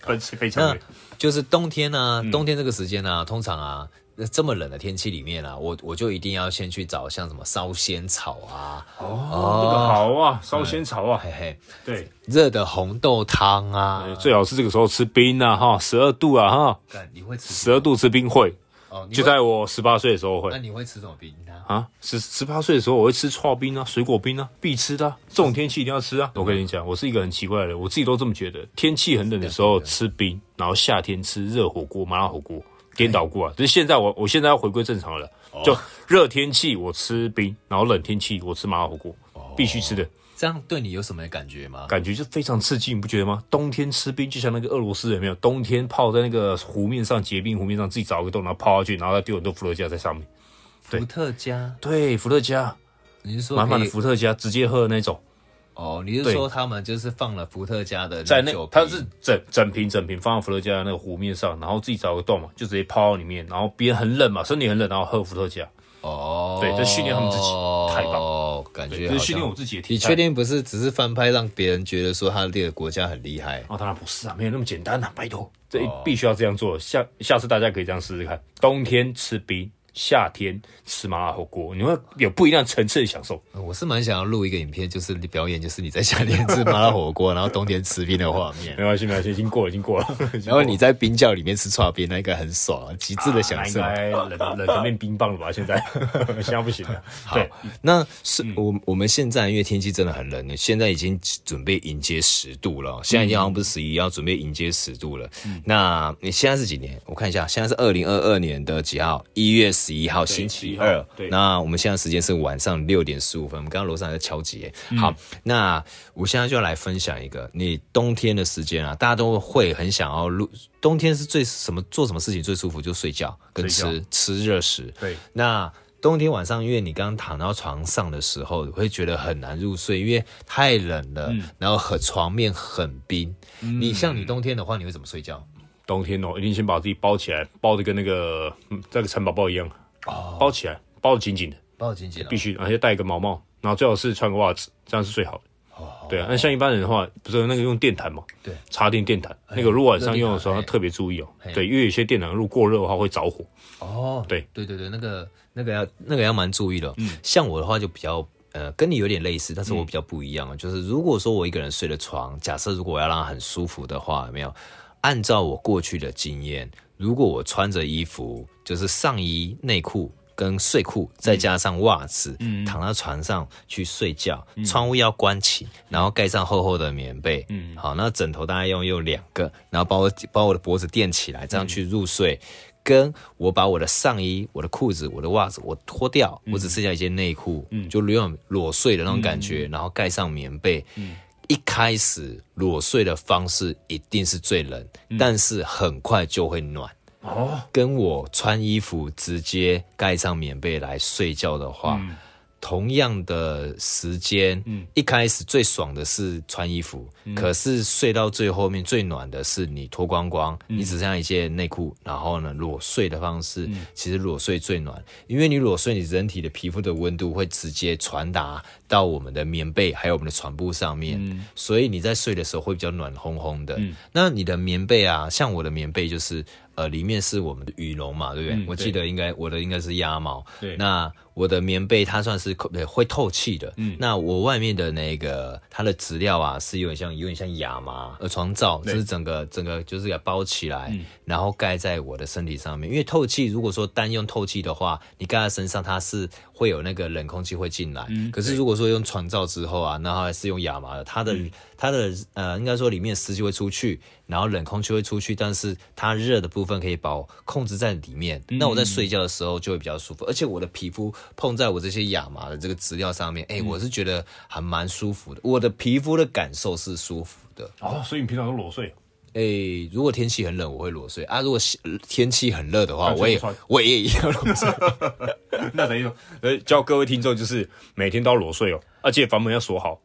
[SPEAKER 2] 分非常
[SPEAKER 1] 那
[SPEAKER 2] 美
[SPEAKER 1] 就是冬天啊，
[SPEAKER 2] 嗯
[SPEAKER 1] 冬天这个时间啊，通常啊，那这么冷的天气里面啊，我我就一定要先去找像什么烧仙草啊，
[SPEAKER 2] 哦，这个好啊，烧仙草啊，
[SPEAKER 1] 嘿嘿，
[SPEAKER 2] 对，
[SPEAKER 1] 热的红豆汤啊。
[SPEAKER 2] 最好是这个时候吃冰啊，哈，十二度啊，哈，
[SPEAKER 1] 干你会吃
[SPEAKER 2] 十二度吃冰会，
[SPEAKER 1] 哦？你
[SPEAKER 2] 就
[SPEAKER 1] 会
[SPEAKER 2] 在我十八岁的时候
[SPEAKER 1] 那
[SPEAKER 2] 会
[SPEAKER 1] 你会吃什么冰呢？
[SPEAKER 2] 啊，十十八岁的时候我会吃刨冰啊，水果冰啊，必吃的啊、这种天气一定要吃啊。我跟你讲，我是一个很奇怪的人，我自己都这么觉得。天气很冷的时候吃冰，然后夏天吃热火锅、麻辣火锅。颠倒过啊！就是现在我我现在要回归正常了，
[SPEAKER 1] 哦
[SPEAKER 2] 就热天气我吃冰，然后冷天气我吃麻辣火锅，
[SPEAKER 1] 哦
[SPEAKER 2] 必须吃的。
[SPEAKER 1] 这样对你有什么感觉吗？
[SPEAKER 2] 感觉就非常刺激，你不觉得吗？冬天吃冰就像那个俄罗斯人有没有，冬天泡在那个湖面上结冰，湖面上自己找一个洞，然后泡下去，然后再丢很多伏特加在上面。对
[SPEAKER 1] 伏特加
[SPEAKER 2] 对，伏特加，
[SPEAKER 1] 你是说
[SPEAKER 2] 满满的
[SPEAKER 1] 可以
[SPEAKER 2] 伏特加直接喝的那种，
[SPEAKER 1] 哦？你是
[SPEAKER 2] 对
[SPEAKER 1] 说他们就是放了伏特加的
[SPEAKER 2] 在那
[SPEAKER 1] 酒瓶
[SPEAKER 2] 它是整整瓶整瓶放到伏特加的那个湖面上，然后自己找个洞嘛，就直接泡到里面，然后边很冷嘛，身体很冷，然后喝伏特加，
[SPEAKER 1] 哦，
[SPEAKER 2] 对这训练他们自己太棒
[SPEAKER 1] 哦，感
[SPEAKER 2] 对，
[SPEAKER 1] 觉
[SPEAKER 2] 就是
[SPEAKER 1] 好
[SPEAKER 2] 训
[SPEAKER 1] 像
[SPEAKER 2] 练我自己的体
[SPEAKER 1] 你
[SPEAKER 2] 态。
[SPEAKER 1] 确？定不是只是翻拍让别人觉得说他这个国家很厉害？
[SPEAKER 2] 哦，当然不是啊，没有那么简单啊，拜
[SPEAKER 1] 哦
[SPEAKER 2] 托，这必须要这样做。下下次大家可以这样试试看，冬天吃冰，夏天吃麻辣火锅，你会有不一样层次的享受。
[SPEAKER 1] 我是蛮想要录一个影片，就是你表演，就是你在夏天吃麻辣火锅，然后冬天吃冰的画面。
[SPEAKER 2] 没关系，没关系，已经过了，已经过 了。已经
[SPEAKER 1] 然
[SPEAKER 2] 过
[SPEAKER 1] 后
[SPEAKER 2] 了
[SPEAKER 1] 你在冰窖里面吃串冰，那应该很爽，极致的享受。
[SPEAKER 2] 啊那 应该冷冷的变冰棒了吧？现在 现在不行了。
[SPEAKER 1] 好
[SPEAKER 2] 对，，嗯
[SPEAKER 1] 那是、我我们现在因为天气真的很冷，现在已经准备迎接十度了。现在已经好像不是十一，要准备迎接十度了。
[SPEAKER 2] 嗯
[SPEAKER 1] 那你现在是几年？我看一下，现在是二零二二年的几号？一月十一号，星期
[SPEAKER 2] 11
[SPEAKER 1] 二
[SPEAKER 2] 号。对
[SPEAKER 1] 那我们现在时间是晚上六点十五分，我们刚刚楼上还在敲击耶。
[SPEAKER 2] 嗯
[SPEAKER 1] 好，那我现在就要来分享一个，你冬天的时间啊，大家都会很想要录。冬天是最什么做什么事情最舒服？就睡觉跟
[SPEAKER 2] 睡觉
[SPEAKER 1] 吃吃热食。
[SPEAKER 2] 对，
[SPEAKER 1] 那冬天晚上，因为你刚躺到床上的时候，会觉得很难入睡，因为太冷了，然后和床面很冰。你像你冬天的话，你会怎么睡觉？
[SPEAKER 2] 冬天哦，一定先把自己包起来，包的跟那个嗯那个蚕宝宝一样，包起来，包的紧紧的，
[SPEAKER 1] 抱紧紧了
[SPEAKER 2] 必。须，而且戴一个毛帽，然后最好是穿个袜子，这样是最好的。对啊，那像一般人的话，不是有那个用电毯嘛？
[SPEAKER 1] 对，
[SPEAKER 2] 插电电毯，那个如果晚上用的时候，
[SPEAKER 1] 热
[SPEAKER 2] 要
[SPEAKER 1] 电毯
[SPEAKER 2] 特别注意哦
[SPEAKER 1] 嘿。
[SPEAKER 2] 对，因为有些电毯如果过热的话会着火。
[SPEAKER 1] 哦，
[SPEAKER 2] 对
[SPEAKER 1] 对对对，那个那个要那个要蛮注意的哦。像我的话就比较。呃，跟你有点类似，但是我比较不一样啊。就是如果说我一个人睡的床，假设如果我要让它很舒服的话，有没有？按照我过去的经验，如果我穿着衣服，就是上衣、内裤跟睡裤，再加上袜子，躺到床上去睡觉，窗户要关起，然后盖上厚厚的棉被，嗯，好，那枕头大概要用两个，然后把我把我的脖子垫起来，这样去入睡。跟我把我的上衣、我的裤子、我的袜子我脱掉，我只剩下一件内裤，就有点裸睡的那种感觉，然后盖上棉被。一开始裸睡的方式一定是最冷，但是很快就会暖。
[SPEAKER 2] 哦，
[SPEAKER 1] 跟我穿衣服直接盖上棉被来睡觉的话，同样的时间，一开始最爽的是穿衣服，可是睡到最后面最暖的是你脱光光，你只剩下一件内裤，然后呢裸睡的方式，其实裸睡最暖，因为你裸睡，你人体的皮肤的温度会直接传达到我们的棉被还有我们的床铺上面，所以你在睡的时候会比较暖烘烘的。那你的棉被啊，像我的棉被就是。呃，里面是我们的羽绒嘛，对不对？
[SPEAKER 2] 嗯
[SPEAKER 1] 我记得应该我的应该是鸭毛，
[SPEAKER 2] 对
[SPEAKER 1] 那我的棉被它算是口对会透气的，嗯，那我外面的那个它的质料啊是有点像有点像亚麻呃床罩，就是整个整个就是给它包起来，然后盖在我的身体上面。因为透气，如果说单用透气的话，你盖在身上它是会有那个冷空气会进来，可是如果说用床罩之后啊，那它是用亚麻的，它的、它的呃应该说里面湿气会出去，然后冷空气会出去，但是它热的部分可以把我控制在里面。那我在睡觉的时候就会比较舒服，而且我的皮肤碰在我这些亚麻的这个质料上面，哎、我是觉得还蛮舒服的。我的皮肤的感受是舒服的。
[SPEAKER 2] 哦，所以你平常都裸 睡，
[SPEAKER 1] 哎、如果天气很冷，我会裸睡啊；如果是天气很热的话，
[SPEAKER 2] 完
[SPEAKER 1] 我也
[SPEAKER 2] 全不穿
[SPEAKER 1] 我也一样裸睡。
[SPEAKER 2] 那等于说，呃，教各位听众就是每天都要裸睡哦，而且房门要锁好。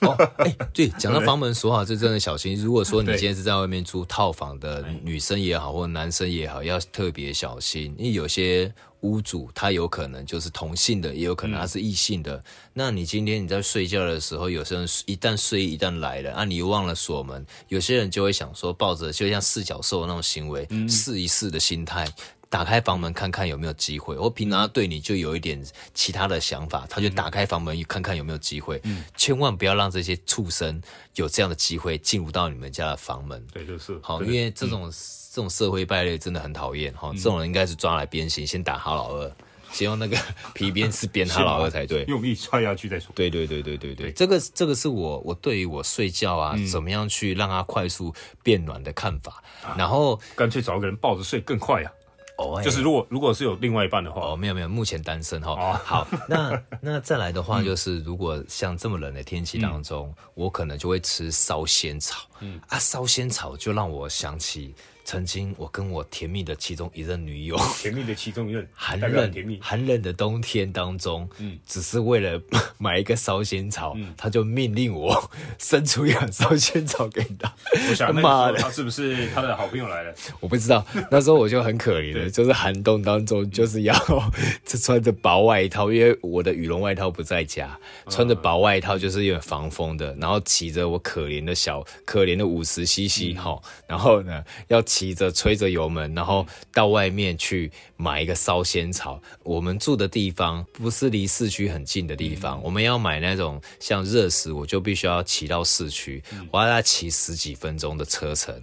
[SPEAKER 1] 哦，哎、对，讲到房门锁好，这真的小心。如果说你今天是在外面租套房的女生也好，或男生也好，要特别小心，因为有些屋主他有可能就是同性的，也有可能他是异性的。那你今天你在睡觉的时候，有些人一旦睡意一旦来了，啊，你又忘了锁门，有些人就会想说，抱着就像四脚兽那种行为，试一试的心态。打开房门看看有没有机会。我平常对你就有一点其他的想法，他就打开房门看看有没有机会。
[SPEAKER 2] 嗯
[SPEAKER 1] 千万不要让这些畜生有这样的机会进入到你们家的房门。
[SPEAKER 2] 对，嗯就是
[SPEAKER 1] 好，
[SPEAKER 2] 真
[SPEAKER 1] 因
[SPEAKER 2] 的
[SPEAKER 1] 为这种、这种社会败类真的很讨厌哈。这种人应该是抓来鞭刑，先打哈老二，先用那个 皮鞭是鞭哈老二才 对。
[SPEAKER 2] 用力踹下去再说。
[SPEAKER 1] 对对对对对对，这个这个是我我对于我睡觉啊，
[SPEAKER 2] 嗯
[SPEAKER 1] 怎么样去让它快速变暖的看法。
[SPEAKER 2] 啊
[SPEAKER 1] 然后
[SPEAKER 2] 干脆找一个人抱着睡更快啊。
[SPEAKER 1] 哦，哎
[SPEAKER 2] 就是如果如果是有另外一半的话，
[SPEAKER 1] 哦，没有没有，目前单身哈。
[SPEAKER 2] 哦
[SPEAKER 1] 好， 那那再来的
[SPEAKER 2] 嗯
[SPEAKER 1] 话，就是如果像这么冷的天气当
[SPEAKER 2] 嗯
[SPEAKER 1] 中，我可能就会吃烧仙草。啊，烧仙草就让我想起曾经我跟我甜蜜的其中一任女友，
[SPEAKER 2] 甜蜜的其中一任，
[SPEAKER 1] 寒
[SPEAKER 2] 哦代表很甜
[SPEAKER 1] 冷
[SPEAKER 2] 蜜，嗯
[SPEAKER 1] 寒冷的冬天当中，只是为了买一个烧仙草，他就命令我 生出一碗烧仙草给他。
[SPEAKER 2] 我想那
[SPEAKER 1] 妈
[SPEAKER 2] 个
[SPEAKER 1] 的
[SPEAKER 2] 时候他是不是他的好朋友来 了？
[SPEAKER 1] 我不知道，那时候我就很可怜了，就是寒冬当中就是要 就穿着薄外套，因为我的羽绒外套不在家，穿着薄外套就是有点防风的，然后骑着我可怜的小可怜的五十 CC 哈，然后呢要骑着吹着油门，然后到外面去买一个烧仙草。我们住的地方不是离市区很近的地方，我们要买那种像热食，我就必须要骑到市区，我要大概骑十几分钟的车程，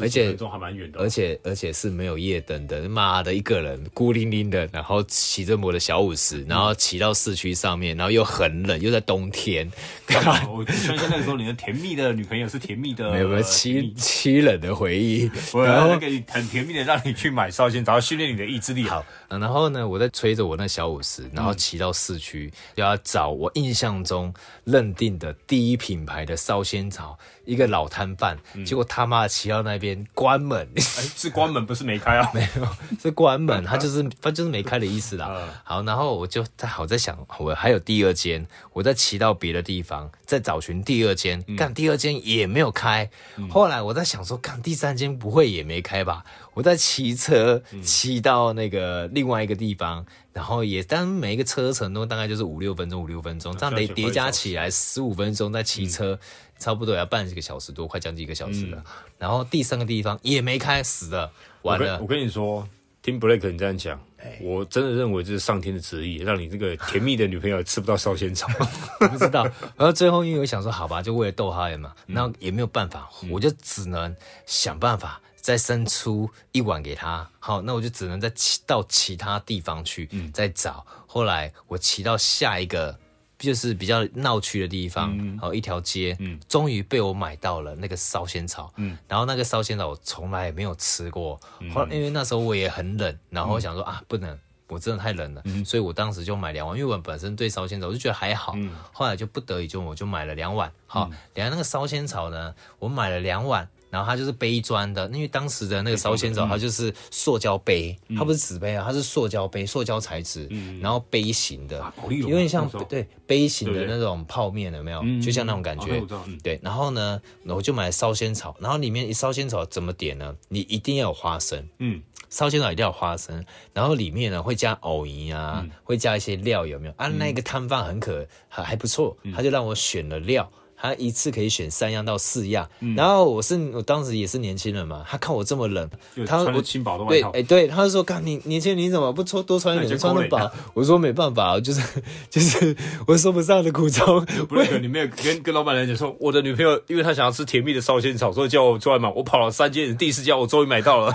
[SPEAKER 1] 而
[SPEAKER 2] 10
[SPEAKER 1] 且
[SPEAKER 2] 分。钟还蛮远的哦，
[SPEAKER 1] 而且而且是没有夜灯的，妈的，一个人孤零零的，然后骑着我的小五十，然后骑到市区上面，然后又很冷，又在冬天，
[SPEAKER 2] 哦我相信那个时候你的甜蜜的女朋友是甜蜜的，呃
[SPEAKER 1] 没有没有
[SPEAKER 2] 甜蜜
[SPEAKER 1] 凄凄冷的回忆。
[SPEAKER 2] 嗯我那个很甜蜜的让你去买烧仙草，然后训练你的意志力。 好，
[SPEAKER 1] 嗯然后呢，我在吹着我那小五十，然后骑到市区，就要找我印象中认定的第一品牌的烧仙草，一个老摊贩。结果他妈的骑到那边关门，
[SPEAKER 2] 哎，是关门不是没开啊？没有，
[SPEAKER 1] 是关门， 他就是他就是没开的意思
[SPEAKER 2] 嗯
[SPEAKER 1] 啦。好，然后我就在好在想，我还有第二间，我再骑到别的地方，再找寻第二间，
[SPEAKER 2] 嗯
[SPEAKER 1] 干第二间也没有开。后来我在想说，干第三间不会也没开吧？我在骑车
[SPEAKER 2] 嗯
[SPEAKER 1] 骑到那个另外一个地方，然后也但每一个车程都大概就是五六分钟，五六分钟，这样
[SPEAKER 2] 那
[SPEAKER 1] 得
[SPEAKER 2] 这样就
[SPEAKER 1] 叠
[SPEAKER 2] 会
[SPEAKER 1] 加
[SPEAKER 2] 少
[SPEAKER 1] 起来十五分钟再
[SPEAKER 2] 嗯
[SPEAKER 1] 骑车，差不多也要半个小时多，快将近一个小时了。然后第三个地方也没开，死了，
[SPEAKER 2] 我
[SPEAKER 1] 完了
[SPEAKER 2] 跟我。跟你说，哎听 Blake 你这样讲，我真的认为这是上天的旨意，让你这个甜蜜的女朋友吃不到烧仙 草。
[SPEAKER 1] 我不知道。然后最后因为我想说，好吧，就为了逗哈人嘛，然后也没有办法，我就只能想办法再生出一碗给他。好，那我就只能再骑到其他地方去、再找。后来我骑到下一个。就是比较闹区的地方，好、一条街，终于被我买到了那个烧仙草，然后那个烧仙草我从来也没有吃过，后来因为那时候我也很冷，然后我想说、啊不能，我真的太冷了，
[SPEAKER 2] 嗯
[SPEAKER 1] 所以我当时就买两碗，因为我本身对烧仙草我就觉得还好，
[SPEAKER 2] 嗯
[SPEAKER 1] 后来就不得已就我就买了两碗，好，两、那个烧仙草呢，我买了两碗。然后它就是杯装的，因为当时的那个烧仙
[SPEAKER 2] 嗯
[SPEAKER 1] 草，它就是塑胶杯，它不是纸杯啊，它是塑胶杯，塑胶材质，然后杯型的，
[SPEAKER 2] 保嗯利龙啊
[SPEAKER 1] 有点像
[SPEAKER 2] 那时候
[SPEAKER 1] 对杯型
[SPEAKER 2] 对
[SPEAKER 1] 的
[SPEAKER 2] 不对
[SPEAKER 1] 那种泡面，有没有？就像那种感
[SPEAKER 2] 哦那
[SPEAKER 1] 觉
[SPEAKER 2] 我知道嗯，
[SPEAKER 1] 对。然后呢，我就买了烧仙草，然后里面烧仙草怎么点呢？你一定要有花生，
[SPEAKER 2] 嗯，
[SPEAKER 1] 烧仙草一定要有花生，然后里面呢会加藕泥啊，
[SPEAKER 2] 嗯
[SPEAKER 1] 会加一些料，有没有？啊，那个摊贩很可还还不错，
[SPEAKER 2] 嗯
[SPEAKER 1] 他就让我选了料。他一次可以选三样到四样，
[SPEAKER 2] 嗯
[SPEAKER 1] 然后我是我当时也是年轻人嘛，他看我这么冷
[SPEAKER 2] 就，
[SPEAKER 1] 他
[SPEAKER 2] 穿着
[SPEAKER 1] 我
[SPEAKER 2] 轻薄的外
[SPEAKER 1] 对，
[SPEAKER 2] 套
[SPEAKER 1] 哎、对，他就说，干你年轻人你怎么不穿多穿一
[SPEAKER 2] 那
[SPEAKER 1] 点，
[SPEAKER 2] 你就
[SPEAKER 1] 穿
[SPEAKER 2] 抠
[SPEAKER 1] 那
[SPEAKER 2] 了
[SPEAKER 1] 么薄？我说没办法，就是 就是我说不上的苦 衷，
[SPEAKER 2] Blake 你没有跟跟老板娘讲说，我的女朋友因为她想要吃甜蜜的烧仙草，所以叫我出来买。我跑了三间，第四家我终于买到了。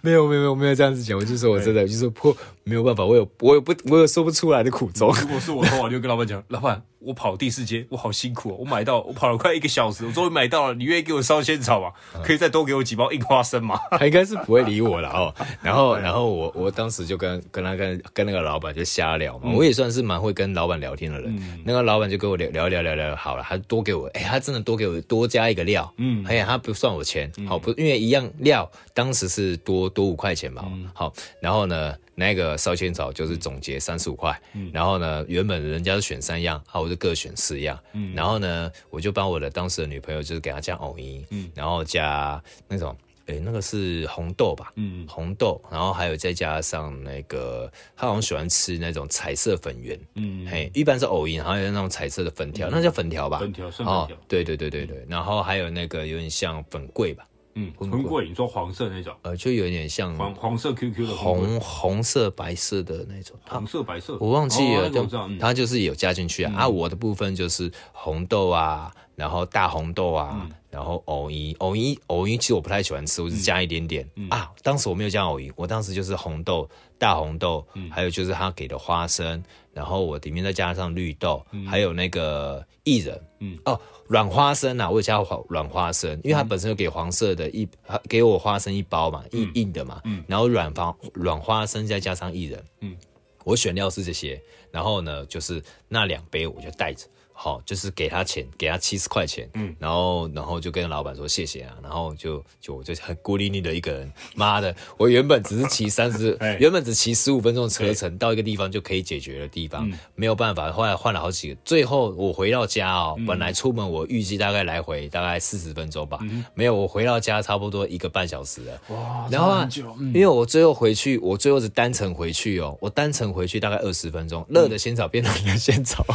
[SPEAKER 1] 没有没有没有没有这样子讲，我就说我真的就是破没有办法，我有我有不我有说不出来的苦衷。
[SPEAKER 2] 如果是我的话，我就跟老板讲，老板，我跑第四间，我好辛苦哦，我买到，我跑了快一个小时，我终于买到了。你愿意给我烧仙草吗？可以再多给我几包硬花生吗？
[SPEAKER 1] 他应该是不会理我了哦。然后，然后我我当时就跟跟他跟跟那个老板就瞎聊嘛，我也算是蛮会跟老板聊天的人。那个老板就跟我聊聊聊聊聊好了，他多给我，哎、他真的多给我多加一个料，嗯，哎呀，他不算我钱，好不，因为一样料当时是多多五块钱嘛，好，然后呢。那个烧仙草就是总结三十五块，然后呢，原本人家是选三样，啊，我就各选四样，
[SPEAKER 2] 嗯
[SPEAKER 1] 然后呢，我就帮我的当时的女朋友就是给她加藕泥，
[SPEAKER 2] 嗯
[SPEAKER 1] 然后加那种诶、那个是红豆吧？嗯，红豆，然后还有再加上那个，他好像喜欢吃那种彩色粉圆，嗯，嘿，一般是藕银，然后有那种彩色的粉条，那叫粉条吧？
[SPEAKER 2] 嗯粉条算粉
[SPEAKER 1] 哦
[SPEAKER 2] 条，
[SPEAKER 1] 对对对对对，然后还有那个有点像粉桂吧，
[SPEAKER 2] 嗯，魂桂，你说黄色那种，
[SPEAKER 1] 呃，就有点像
[SPEAKER 2] 黄黄色 QQ 的魂桂
[SPEAKER 1] 红红色白色的那种，啊
[SPEAKER 2] 黄色白色，
[SPEAKER 1] 我忘记
[SPEAKER 2] 哦
[SPEAKER 1] 了，
[SPEAKER 2] 那个
[SPEAKER 1] 就
[SPEAKER 2] 啊我知道，嗯嗯
[SPEAKER 1] 它就是有加进去啊。啊，我的部分就是红豆啊，然后大红豆
[SPEAKER 2] 嗯
[SPEAKER 1] 啊，然后藕泥，藕泥，藕泥其实我不太喜欢吃，我只加一点点
[SPEAKER 2] 嗯
[SPEAKER 1] 啊。当时我没有加藕泥，我当时就是红豆、大红豆，
[SPEAKER 2] 嗯
[SPEAKER 1] 还有就是他给的花生，然后我里面再加上绿豆，
[SPEAKER 2] 嗯
[SPEAKER 1] 还有那个薏仁，嗯，哦，软花生啊，我有加花软花生，因为
[SPEAKER 2] 嗯
[SPEAKER 1] 它本身有给黄色的一，它给我花生一包嘛，
[SPEAKER 2] 嗯
[SPEAKER 1] 硬硬的嘛，然后软花软花生再加上薏仁。我选料是这些，然后呢，就是那两杯我就带着。好，就是给他钱，给他七十块钱，嗯，然后然后就跟老板说谢谢啊，然后就就我就很孤零零的一个人，妈的，我原本只是骑三 十
[SPEAKER 2] 哎，
[SPEAKER 1] 原本只骑十五分钟的车程到一个地方就可以解决的地方，没有办法，后来换了好几个，最后我回到家哦，本来出门我预计大概来回大概四十分钟吧，没有，我回到家差不多一个半小时了，
[SPEAKER 2] 哇
[SPEAKER 1] 然后啊，因为我最后回去，我最后是单程回去哦，我单程回去大概二十分钟，热的仙草变冷的仙草，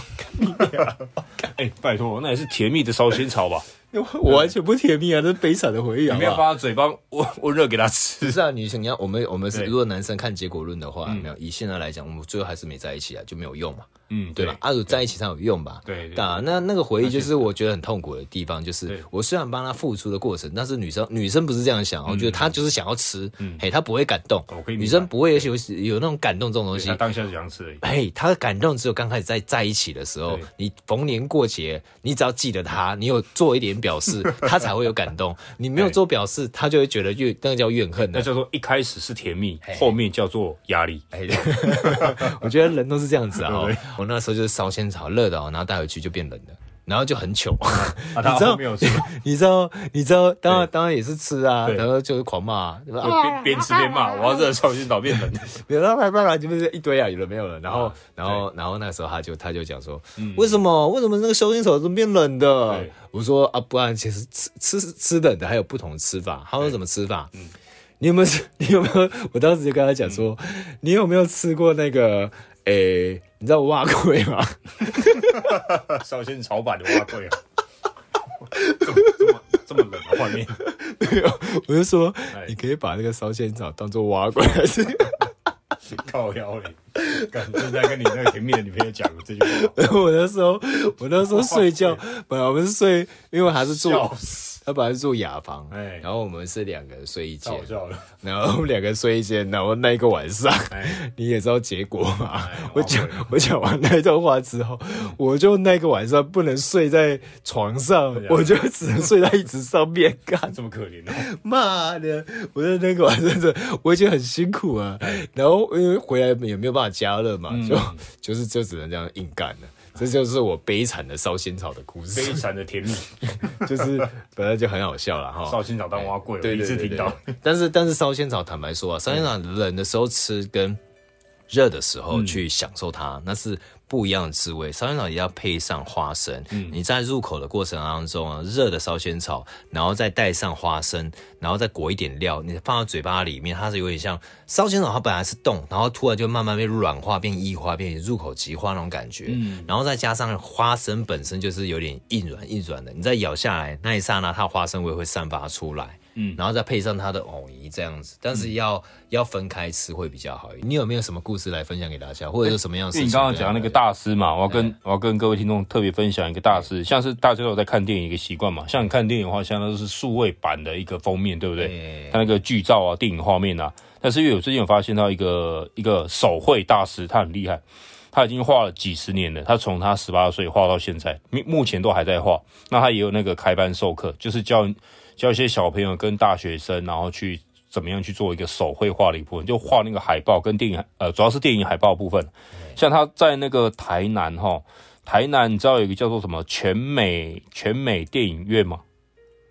[SPEAKER 2] 哎、拜托，那也是甜蜜的烧仙草 吧？
[SPEAKER 1] 我完全不甜蜜啊，这是悲惨的回忆啊
[SPEAKER 2] 你没有放到嘴巴温温热给他吃
[SPEAKER 1] 不。是啊，你想要我们我们是
[SPEAKER 2] 对
[SPEAKER 1] 如果男生看结果论的话，没有以现在来讲，我们最后还是没在一起啊，就没有用嘛，
[SPEAKER 2] 嗯，
[SPEAKER 1] 对吧？？阿如在一起才有用吧？
[SPEAKER 2] 对对
[SPEAKER 1] 啊，那那个回忆就是我觉得很痛苦的地方，就
[SPEAKER 2] 对
[SPEAKER 1] 是我虽然帮他付出的过程，但是女生女生不是这样想，我觉得她就是想要吃，嘿，她不会感动
[SPEAKER 2] 嗯哦我，可以明白
[SPEAKER 1] 女生不会有有那种感动这种东西
[SPEAKER 2] 他，当下就想吃而已。
[SPEAKER 1] 嘿，他的感动只有刚开始在在一起的时候
[SPEAKER 2] 对，
[SPEAKER 1] 你逢年过节，你只要记得他，你有做一点表 示，他才会有感动。你没有
[SPEAKER 2] 对
[SPEAKER 1] 做表示，他就会觉得怨，那个叫怨恨啊
[SPEAKER 2] 那
[SPEAKER 1] 的。
[SPEAKER 2] 叫做一开始是甜蜜，后面叫做压力。
[SPEAKER 1] 哎， 我觉得人都是这样 子啊、哦。我那时候就是烧仙草热的、哦，然后带回去就变冷了，然后就很糗。
[SPEAKER 2] 啊，他
[SPEAKER 1] 知道
[SPEAKER 2] 后面有吃，
[SPEAKER 1] 你知道，你知道，当然
[SPEAKER 2] 对
[SPEAKER 1] 当然也是吃啊，
[SPEAKER 2] 对
[SPEAKER 1] 然后就是狂骂、啊，对吧啊
[SPEAKER 2] 就边边吃边骂，我要热烧仙草变 冷。
[SPEAKER 1] 没有，那拜拜拜，就是一堆啊，有了没有了。然后
[SPEAKER 2] 啊，
[SPEAKER 1] 然后，然后那时候他就他就讲说，为什么为什么那个修仙手怎么变冷的
[SPEAKER 2] 对？
[SPEAKER 1] 我说啊，不然其实吃吃吃冷的还有不同的吃法。他说怎么吃法？你有没有吃？你有没有？我当时就跟他讲说，你有没有吃过那个？诶，你知道蛙龟吗？
[SPEAKER 2] 烧仙草版的蛙贵啊，怎么这么这么冷的画面？
[SPEAKER 1] 我就说
[SPEAKER 2] 哎，
[SPEAKER 1] 你可以把那个烧仙草当做蛙龟来吃。
[SPEAKER 2] 靠腰嘞，感正在跟你那个甜蜜的女朋友讲这句 话，
[SPEAKER 1] 我那时候，我那时候睡觉，本来我们是睡，因为还是住，
[SPEAKER 2] 笑死，
[SPEAKER 1] 他本来是住雅房，
[SPEAKER 2] 哎
[SPEAKER 1] 然后我们是两个人睡一
[SPEAKER 2] 太
[SPEAKER 1] 间，
[SPEAKER 2] 好笑了。
[SPEAKER 1] 然后我们两个人睡一间，然后那一个晚上，
[SPEAKER 2] 哎，
[SPEAKER 1] 你也知道结果嘛。
[SPEAKER 2] 哎
[SPEAKER 1] 我讲我讲完那段话之后，我就那个晚上不能睡在床上
[SPEAKER 2] 对啊，
[SPEAKER 1] 我就只能睡在椅子上面。干
[SPEAKER 2] 这么可怜哦，
[SPEAKER 1] 妈的！我在那个晚上真的我已经很辛苦了，
[SPEAKER 2] 哎
[SPEAKER 1] 然后因为回来也没有办法加热
[SPEAKER 2] 嗯
[SPEAKER 1] 嘛，就就是就只能这样硬干了。这就是我悲惨的烧仙草的故
[SPEAKER 2] 悲
[SPEAKER 1] 事，
[SPEAKER 2] 惨的甜蜜，
[SPEAKER 1] 就是本来就很好笑了哈。
[SPEAKER 2] 烧仙草当蛙贵，我
[SPEAKER 1] 对
[SPEAKER 2] 第一
[SPEAKER 1] 对
[SPEAKER 2] 次
[SPEAKER 1] 对
[SPEAKER 2] 听到。 嗯
[SPEAKER 1] 对但是但是烧仙草，坦白说啊，烧仙草冷的时候吃跟热的时
[SPEAKER 2] 嗯
[SPEAKER 1] 候去享受它，那是不一样的滋味。烧仙草也要配上花生，
[SPEAKER 2] 嗯
[SPEAKER 1] 你在入口的过程当中啊，热的烧仙草，然后再带上花生，然后再裹一点料，你放到嘴巴里面，它是有点像烧仙草，它本来是冻，然后突然就慢慢被软化，变液化，变入口即化那种感觉。
[SPEAKER 2] 嗯
[SPEAKER 1] 然后再加上花生本身就是有点硬软硬软的，你再咬下来那一刹那，它的花生味会散发出来。
[SPEAKER 2] 嗯
[SPEAKER 1] 然后再配上它的藕泥这样子，但是要、要分开吃会比较好一点。你有没有什么故事来分享给大家，或者有什么样的事
[SPEAKER 2] 哎
[SPEAKER 1] 情？
[SPEAKER 2] 因为你刚刚讲那个，大师嘛，我要跟我要跟各位听众特别分享一个大师，像是大家都有在看电影一个习惯嘛，像你看电影的话，像都是数位版的一个封面，对不对
[SPEAKER 1] 对？
[SPEAKER 2] 它那个剧照啊，电影画面啊，但是因为我最近有发现到一个一个手绘大师，他很厉害，他已经画了几十年了，他从他十八岁画到现在，目目前都还在画。那他也有那个开班授课，就是教教一些小朋友跟大学生，然后去怎么样去做一个手绘画的一部分，就画那个海报跟电影呃，主要是电影海报部分。像他在那个台南哈，台南你知道有一个叫做什么全美全美电影院吗？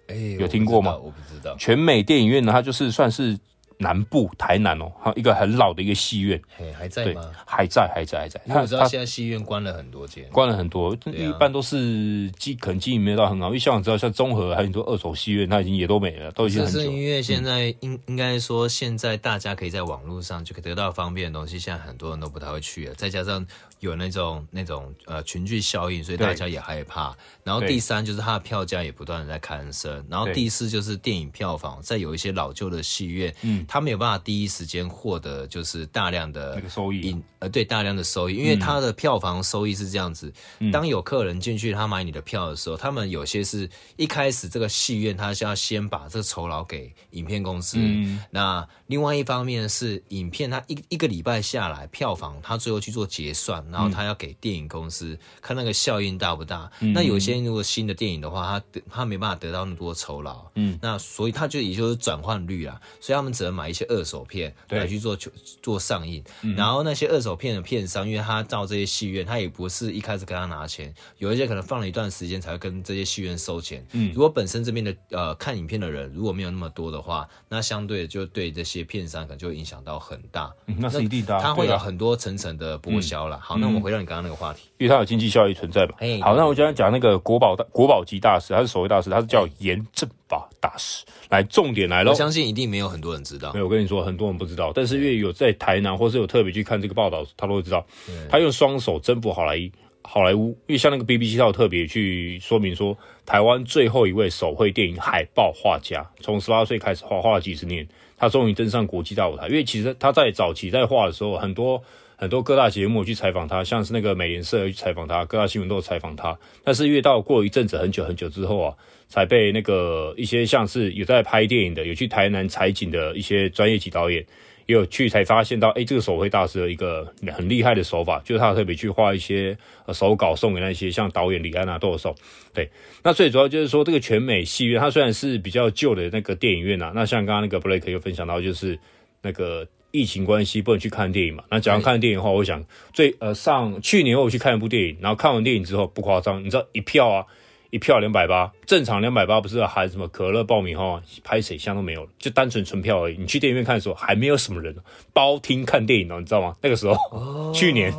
[SPEAKER 1] 哎、
[SPEAKER 2] 有听过吗
[SPEAKER 1] 我不知道，我不知道
[SPEAKER 2] 全美电影院呢，它就是算是南部台南哦，它一个很老的一个戏院，
[SPEAKER 1] 嘿，还在
[SPEAKER 2] 对
[SPEAKER 1] 吗？，
[SPEAKER 2] 还在还在还在。
[SPEAKER 1] 因为
[SPEAKER 2] 它
[SPEAKER 1] 我知道
[SPEAKER 2] 它
[SPEAKER 1] 现在戏院关了很多间，
[SPEAKER 2] 关了很多，
[SPEAKER 1] 啊
[SPEAKER 2] 一般都是基可能经营没有到很好，因为像我知道，像综合啊还有很多二手戏院，它已经也都没了，都已经
[SPEAKER 1] 这
[SPEAKER 2] 很
[SPEAKER 1] 是
[SPEAKER 2] 久
[SPEAKER 1] 因
[SPEAKER 2] 了。嗯
[SPEAKER 1] 为现在应应该说，现在大家可以在网络上就可以得到方便的东西，现在很多人都不太会去了。再加上有那种那种呃群聚效应，所以
[SPEAKER 2] 对
[SPEAKER 1] 大家也害怕。然后
[SPEAKER 2] 对
[SPEAKER 1] 第三就是它的票价也不断的在攀升。然后
[SPEAKER 2] 对
[SPEAKER 1] 第四就是电影票房，在有一些老旧的戏院，嗯，它没有办法第一时间获得就是大量的
[SPEAKER 2] 那个收益啊嗯
[SPEAKER 1] 引呃对大量的收益，因为它的票房收益是这样子：当有客人进去他买你的票的时候，他们有些是一开始这个戏院他是要先把这个酬劳给影片公司，
[SPEAKER 2] 嗯
[SPEAKER 1] 那另外一方面是影片它一一个礼拜下来票房，他最后去做结算，
[SPEAKER 2] 嗯
[SPEAKER 1] 然后他要给电影公司、看那个效应大不大。
[SPEAKER 2] 嗯
[SPEAKER 1] 那有些如果新的电影的话，他他没办法得到那么多酬劳，嗯，那所以他就也就是转换率啦，所以他们只能买一些二手片
[SPEAKER 2] 对嗯
[SPEAKER 1] 来去做球做上映，然后那些二手片的片商，因为他到这些戏院，他也不是一开始跟他拿钱，有一些可能放了一段时间才会跟这些戏院收钱。嗯，如果本身这边的呃看影片的人如果没有那么多的话，那相对就对这些片商可能就会影响到很大。
[SPEAKER 2] 嗯那是一定的啊
[SPEAKER 1] 它会
[SPEAKER 2] 对啊嗯
[SPEAKER 1] 有很多层层的剥削啦。好，那我们回到你刚刚那个话题，
[SPEAKER 2] 因为它有经济效益存在嘛
[SPEAKER 1] 哎。
[SPEAKER 2] 好，那我就要讲那个国宝大国宝级大师，他是首位大师，他是叫严正法大师。来，重点来喽
[SPEAKER 1] 我。相信一定没有很多人知道
[SPEAKER 2] 没。有，我跟你说，很多人不知道，但是因为有在台南或是有特别去看这个报道，他都会知道。他用双手征服好莱坞，好莱坞，因为像那个 BBC 他有特别去说明说，台湾最后一位手绘电影海报画家，从十八岁开始画，画了几十年，他终于登上国际大舞台。因为其实他在早期在画的时候，很多很多各大节目有去采访他，像是那个美联社有去采访他，各大新闻都有采访他。但是越到过一阵子很久很久之后啊，才被那个一些像是有在拍电影的，有去台南采景的一些专业级导演，也有去才发现到，哎、这个手绘大师的一个很厉害的手法，就是他特别去画一些呃手稿送给那些像导演李安啊都有送。对，那最主要就是说，这个全美戏院它虽然是比较旧的那个电影院啊，那像刚刚那个 Blake 有分享到，就是那个。疫情关系不能去看电影嘛？那假如看电影的话，我想最呃上去年我有去看一部电影，然后看完电影之后不夸张，你知道一票啊，一票两百八，正常两百八不是含什么可乐、爆米花、拍水箱都没有了，就单纯纯票而已。你去电影院看的时候还没有什么人，包厅看电影哦，你知道吗？那个时候，去年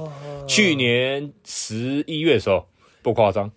[SPEAKER 2] 去年十一月的时候，不夸张，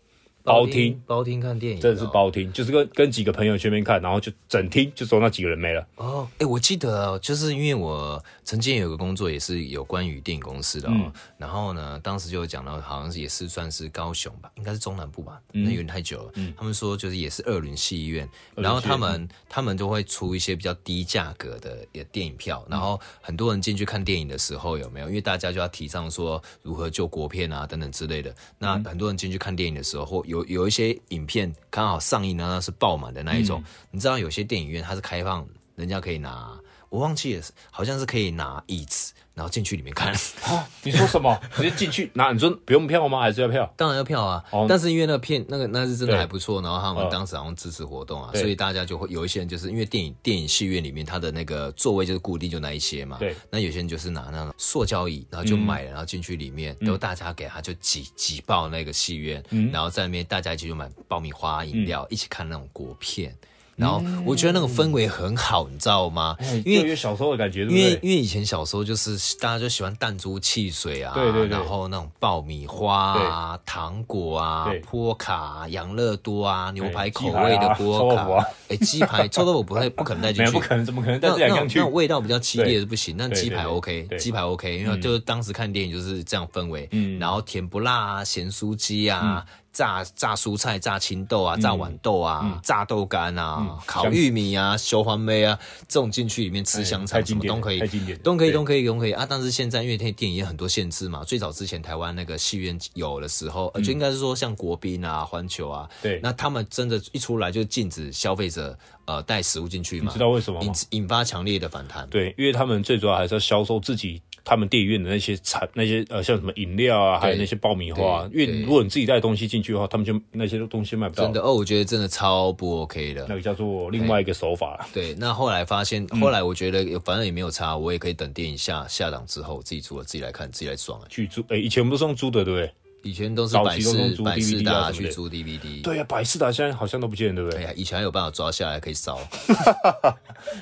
[SPEAKER 2] 包厅
[SPEAKER 1] 哦包厅看电影，哦
[SPEAKER 2] 真的是包厅，就是跟跟几个朋友去那边看，然后就整厅就只有那几个人没了。
[SPEAKER 1] 哦，哎、我记得哦，就是因为我曾经有个工作也是有关于电影公司的哦，然后呢，当时就有讲到，好像是也是算是高雄吧，应该是中南部吧，那有点太久了。他们说就是也是嗯二轮戏院，然后他们他们都会出一些比较低价格的也电影票，然后很多人进去看电影的时候有没有？因为大家就要提倡说如何救国片啊等等之类的，那很多人进去看电影的时候，或有有一些影片刚好上映呢那是爆满的那一种，你知道有些电影院它是开放。人家可以拿，我忘记了，好像是可以拿椅子，然后进去里面看。
[SPEAKER 2] 哦， 你说什么？直接进去拿？你说不用票吗？还是要票？
[SPEAKER 1] 当然要票啊，
[SPEAKER 2] 哦
[SPEAKER 1] 但是因为那个片那个那是真的
[SPEAKER 2] 对
[SPEAKER 1] 还不错，然后他们
[SPEAKER 2] 嗯
[SPEAKER 1] 当时好像支持活动啊，
[SPEAKER 2] 对
[SPEAKER 1] 所以大家就会有一些人就是因为电影电影戏院里面它的那个座位就是固定就那一些嘛，
[SPEAKER 2] 对，嗯
[SPEAKER 1] 那有些人就是拿那种塑胶椅，然后就买了，然后进去里面，然后大家给他就挤挤爆那个戏院，
[SPEAKER 2] 嗯
[SPEAKER 1] 然后在那边大家一起就买爆米花、饮料，一起看那种国片。然后我觉得那个氛围很好，你知道吗？哎因为
[SPEAKER 2] 有小时候的感觉，对不
[SPEAKER 1] 因为
[SPEAKER 2] 对？
[SPEAKER 1] 因为以前小时候就是大家就喜欢弹珠汽水啊，
[SPEAKER 2] 对对对
[SPEAKER 1] 然后那种爆米花啊、糖果啊
[SPEAKER 2] 对、
[SPEAKER 1] 波卡啊、养乐多啊、牛排口
[SPEAKER 2] 鸡排
[SPEAKER 1] 味
[SPEAKER 2] 啊
[SPEAKER 1] 的
[SPEAKER 2] 臭
[SPEAKER 1] 波
[SPEAKER 2] 豆
[SPEAKER 1] 卡
[SPEAKER 2] 腐啊，
[SPEAKER 1] 哎，鸡排、臭豆腐不太不可能带进
[SPEAKER 2] 没有，
[SPEAKER 1] 去
[SPEAKER 2] 不，可能，怎么可能带
[SPEAKER 1] 那
[SPEAKER 2] 这两
[SPEAKER 1] 那
[SPEAKER 2] 样
[SPEAKER 1] 种
[SPEAKER 2] 去
[SPEAKER 1] 那？种味道比较激烈的不行，但
[SPEAKER 2] 对
[SPEAKER 1] 鸡排
[SPEAKER 2] 对对
[SPEAKER 1] OK，
[SPEAKER 2] 对嗯
[SPEAKER 1] 鸡排 OK，因为就是当时看电影就是这样氛围，然后甜不辣啊、咸酥鸡啊、
[SPEAKER 2] 嗯
[SPEAKER 1] 炸炸蔬菜、炸青豆啊、炸豌豆
[SPEAKER 2] 嗯
[SPEAKER 1] 啊、炸豆干啊、烤
[SPEAKER 2] 香
[SPEAKER 1] 玉米啊、小黄梅啊，这种进去里面吃香
[SPEAKER 2] 哎太
[SPEAKER 1] 肠什
[SPEAKER 2] 经
[SPEAKER 1] 么
[SPEAKER 2] 典
[SPEAKER 1] 都可以
[SPEAKER 2] 太，经典了，
[SPEAKER 1] 都可以，
[SPEAKER 2] 对
[SPEAKER 1] 都可以，都可以啊！但是现在因为电电影也很多限制嘛，最早之前台湾那个戏院有的时候，呃就应该是说像国宾啊、环球啊，
[SPEAKER 2] 嗯对
[SPEAKER 1] 那他们真的，一出来就禁止消费者呃带食物进去嘛，
[SPEAKER 2] 你知道为什么吗
[SPEAKER 1] 引？引发强烈的反弹。
[SPEAKER 2] 对，因为他们最主要还是要销售自己他们电影院的那些产那些呃像什么饮料啊，还有那些爆米花、啊。因
[SPEAKER 1] 对
[SPEAKER 2] 为如果你自己带东西进去的话，他们就那些东西卖不到
[SPEAKER 1] 真。的哦，我觉得真的超不 OK 的。
[SPEAKER 2] 那个嗯叫做另外一个手法啦。
[SPEAKER 1] 对，那后来发现，后来我觉得也反正也没有差，我也可以等电影下下档之后，我自己出了自己来看，自己来爽、欸。
[SPEAKER 2] 去租，哎、以前不是用租的，对不对？
[SPEAKER 1] 以前都是
[SPEAKER 2] 早
[SPEAKER 1] 百
[SPEAKER 2] 期都用
[SPEAKER 1] 事
[SPEAKER 2] 租
[SPEAKER 1] 百事
[SPEAKER 2] DVD 啊
[SPEAKER 1] 大家
[SPEAKER 2] 什么
[SPEAKER 1] 去
[SPEAKER 2] 的
[SPEAKER 1] 租 DVD，，
[SPEAKER 2] 对呀、啊百事达现在好像都不见，对不对？
[SPEAKER 1] 哎呀，以前还有办法抓下来可以烧。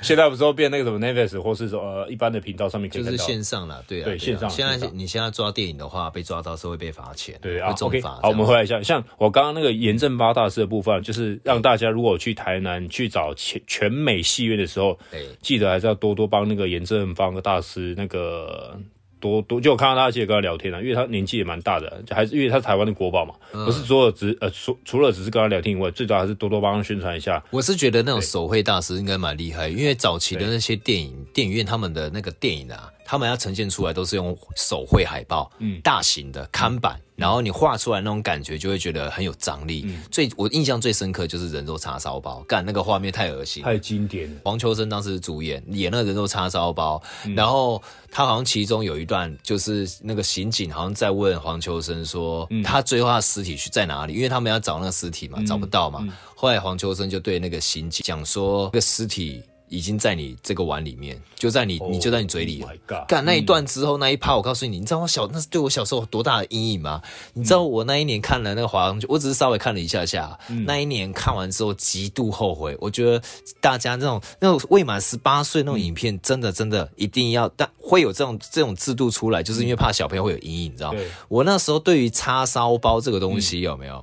[SPEAKER 2] 现在不是都变那个什么 Netflix 或是说呃一般的频道上面可以
[SPEAKER 1] 就
[SPEAKER 2] 看
[SPEAKER 1] 是
[SPEAKER 2] 到。
[SPEAKER 1] 线上啦，对啊，
[SPEAKER 2] 对
[SPEAKER 1] 啊
[SPEAKER 2] 线上
[SPEAKER 1] 现
[SPEAKER 2] 线
[SPEAKER 1] 在
[SPEAKER 2] 上
[SPEAKER 1] 你现在抓电影的话，被抓到是会被罚钱，
[SPEAKER 2] 对
[SPEAKER 1] 会
[SPEAKER 2] 啊
[SPEAKER 1] 重
[SPEAKER 2] ，OK，
[SPEAKER 1] 罚。
[SPEAKER 2] 好，我们
[SPEAKER 1] 会
[SPEAKER 2] 回来一下，像我刚刚那个严正八大师的部分，啊就是让大家如果去台南去找全全美戏院的时候，
[SPEAKER 1] 对
[SPEAKER 2] 记得还是要多多帮那个严正方的大师那个多多，就我看到他其实跟他聊天了、因为他年纪也蛮大的，就还是因为他是台湾的国宝嘛，
[SPEAKER 1] 嗯
[SPEAKER 2] 不是所有只呃除除了只是跟他聊天以外，最主要还是多多帮他宣传一下。
[SPEAKER 1] 我是觉得那种手绘大师应该蛮厉害，因为早期的那些电影电影院他们的那个电影啊，他们要呈现出来都是用手绘海报，嗯，大型的看板，然后你画出来那种感觉就会觉得很有张力。最我印象最深刻就是人肉叉烧包，干那个画面太恶心了，
[SPEAKER 2] 太经典了，
[SPEAKER 1] 黄秋生当时主演演那个人肉叉烧包，
[SPEAKER 2] 嗯
[SPEAKER 1] 然后他好像其中有一段就是那个刑警好像在问黄秋生说，
[SPEAKER 2] 嗯
[SPEAKER 1] 他最后他的尸体去在哪里？因为他
[SPEAKER 2] 嗯
[SPEAKER 1] 们要找那个尸体嘛，找不到嘛。后来黄秋生就对那个刑警讲说，那个尸体已经在你这个碗里面，就在你、你就在你嘴里了
[SPEAKER 2] Oh。my god！
[SPEAKER 1] 干那一段之后，那一趴，我告诉你，你知道我小那是对我小时候有多大的阴影吗？你知道我那一年看了那个华灯，我只是稍微看了一下下，那一年看完之后极度后悔。我觉得大家那种那种未满十八岁那种影片，真的真的一定要，但会有这种这种制度出来，就是因为怕小朋友会有阴影，你知道
[SPEAKER 2] 对？
[SPEAKER 1] 我那时候对于叉烧包这个东西有没有？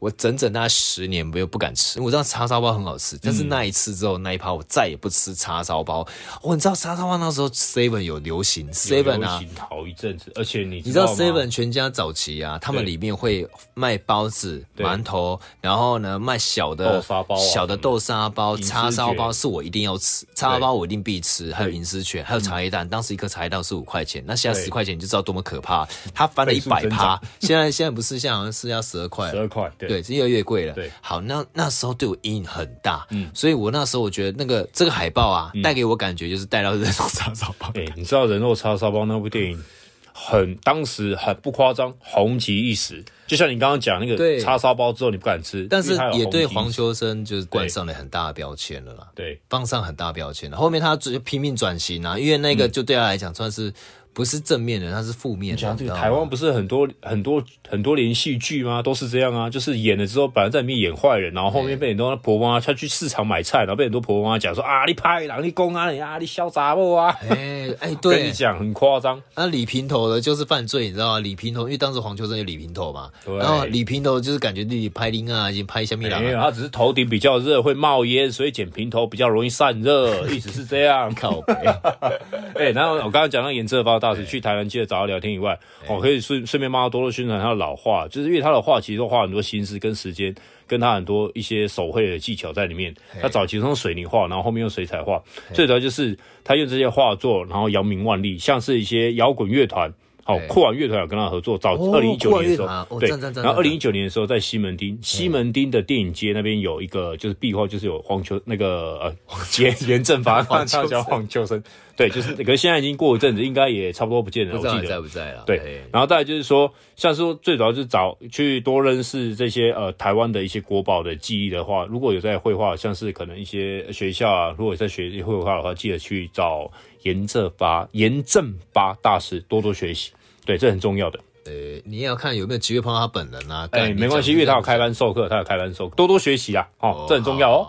[SPEAKER 1] 我整整大概十年没有不敢吃，因为我知道叉烧包很好吃，但是
[SPEAKER 2] 嗯
[SPEAKER 1] 那一次之后，那一趴我再也不吃叉烧包。我、你知道叉烧包那时候 Seven 有流行
[SPEAKER 2] 有
[SPEAKER 1] Seven 啊
[SPEAKER 2] 流，行好一阵子，而且你
[SPEAKER 1] 你
[SPEAKER 2] 知
[SPEAKER 1] 知道
[SPEAKER 2] 吗
[SPEAKER 1] Seven 全家早期啊，他们
[SPEAKER 2] 对
[SPEAKER 1] 里面会卖包子、馒头，然后呢卖小的
[SPEAKER 2] 豆沙包啊
[SPEAKER 1] 小的豆沙包、
[SPEAKER 2] 饮食
[SPEAKER 1] 叉烧包
[SPEAKER 2] 卷
[SPEAKER 1] 是我一定要吃，叉烧包我一定必吃，还有银丝卷，还有茶叶蛋，当时一颗茶叶蛋是五块钱，那现在
[SPEAKER 2] 嗯对
[SPEAKER 1] 十块钱你就知道多么可怕，它翻了一
[SPEAKER 2] 倍数
[SPEAKER 1] 百
[SPEAKER 2] 增
[SPEAKER 1] 趴
[SPEAKER 2] 长，
[SPEAKER 1] 现在现在不是现在好像是要十二块
[SPEAKER 2] 十
[SPEAKER 1] 了。
[SPEAKER 2] 二块，对
[SPEAKER 1] 对，是越来越贵了。
[SPEAKER 2] 对
[SPEAKER 1] 好，那那时候对我阴影很大，嗯，所以我那时候我觉得那个这个海报啊，
[SPEAKER 2] 嗯
[SPEAKER 1] 带给我感觉就是带到这种叉烧包，
[SPEAKER 2] 哎、你知道《人肉叉烧包》那部电影很当时很不夸张，红极一时。就像你刚刚讲那
[SPEAKER 1] 对
[SPEAKER 2] 个叉烧包之后你不敢吃，
[SPEAKER 1] 但是
[SPEAKER 2] 因为它有
[SPEAKER 1] 也对
[SPEAKER 2] 红极
[SPEAKER 1] 黄
[SPEAKER 2] 一时
[SPEAKER 1] 秋生就是冠上了很大的标签了啦，
[SPEAKER 2] 对
[SPEAKER 1] 放上很大标签了。后面他就拼命转型啊，因为那
[SPEAKER 2] 嗯
[SPEAKER 1] 个就对他来讲算是不是正面的，他是负面的。
[SPEAKER 2] 讲
[SPEAKER 1] 啊你
[SPEAKER 2] 这
[SPEAKER 1] 知
[SPEAKER 2] 个
[SPEAKER 1] 道吗
[SPEAKER 2] 台湾不是很多很多很多连续剧吗？都是这样啊，就是演了之后，本来在里面演坏人，然后后面被很多婆婆妈她去市场买菜，然后被很多婆婆妈讲说啊，你拍狼，你公啊，你啊，你小杂货啊。
[SPEAKER 1] 哎哎，
[SPEAKER 2] 跟你
[SPEAKER 1] 对，
[SPEAKER 2] 讲，很夸张，
[SPEAKER 1] 那李平头的就是犯罪，你知道吗？李平头，因为当时黄秋生有李平头嘛，
[SPEAKER 2] 对
[SPEAKER 1] 然后李平头就是感觉自己拍零啊，已经拍下面了
[SPEAKER 2] 没。有，他只是头顶比较热，会冒烟，所以剪平头比较容易散热，一直是这样。
[SPEAKER 1] 靠北，
[SPEAKER 2] 哎、然后我刚刚讲到严正发大使去台南记得找他聊天以外，哦，可以顺顺便帮他多多宣传他的老画，就是因为他的画其实都花很多心思跟时间，跟他很多一些手绘的技巧在里面。他早期是用水泥画，然后后面用水彩画，最主要就是他用这些画作，然后扬名万利，像是一些摇滚乐团。好
[SPEAKER 1] 嘿，
[SPEAKER 2] 酷玩乐团有跟他合作，早
[SPEAKER 1] 哦
[SPEAKER 2] 二零一
[SPEAKER 1] 酷
[SPEAKER 2] 九
[SPEAKER 1] 玩
[SPEAKER 2] 年的
[SPEAKER 1] 乐
[SPEAKER 2] 时
[SPEAKER 1] 团
[SPEAKER 2] 候，
[SPEAKER 1] 啊哦
[SPEAKER 2] 对，
[SPEAKER 1] 赞赞赞
[SPEAKER 2] 然后二
[SPEAKER 1] 赞
[SPEAKER 2] 零一九年的时候在西门町，西门町的电影街那边有一个就是壁画，就是有黄秋那个呃 严严正发，
[SPEAKER 1] 黄秋
[SPEAKER 2] 他
[SPEAKER 1] 生
[SPEAKER 2] 叫黄秋生，对，就是可是现在已经过一阵子，应该也差不多不见了，
[SPEAKER 1] 不
[SPEAKER 2] 我
[SPEAKER 1] 知道你
[SPEAKER 2] 记
[SPEAKER 1] 在
[SPEAKER 2] 得。
[SPEAKER 1] 不在了？
[SPEAKER 2] 对
[SPEAKER 1] 哎，
[SPEAKER 2] 然后再来就是说，像是说最主要就是找去多认识这些呃台湾的一些国宝的记忆的话，如果有在绘画，像是可能一些学校啊，如果有在学绘画的话，记得去找严正发严正发大师多多学习，对，这很重要的。
[SPEAKER 1] 呃，你也要看有没有机会碰到他本人啊。
[SPEAKER 2] 哎、
[SPEAKER 1] 干
[SPEAKER 2] 没关系，因为他有开。班授课，他有开班授课，多多学习啊，哦，这很重要哦。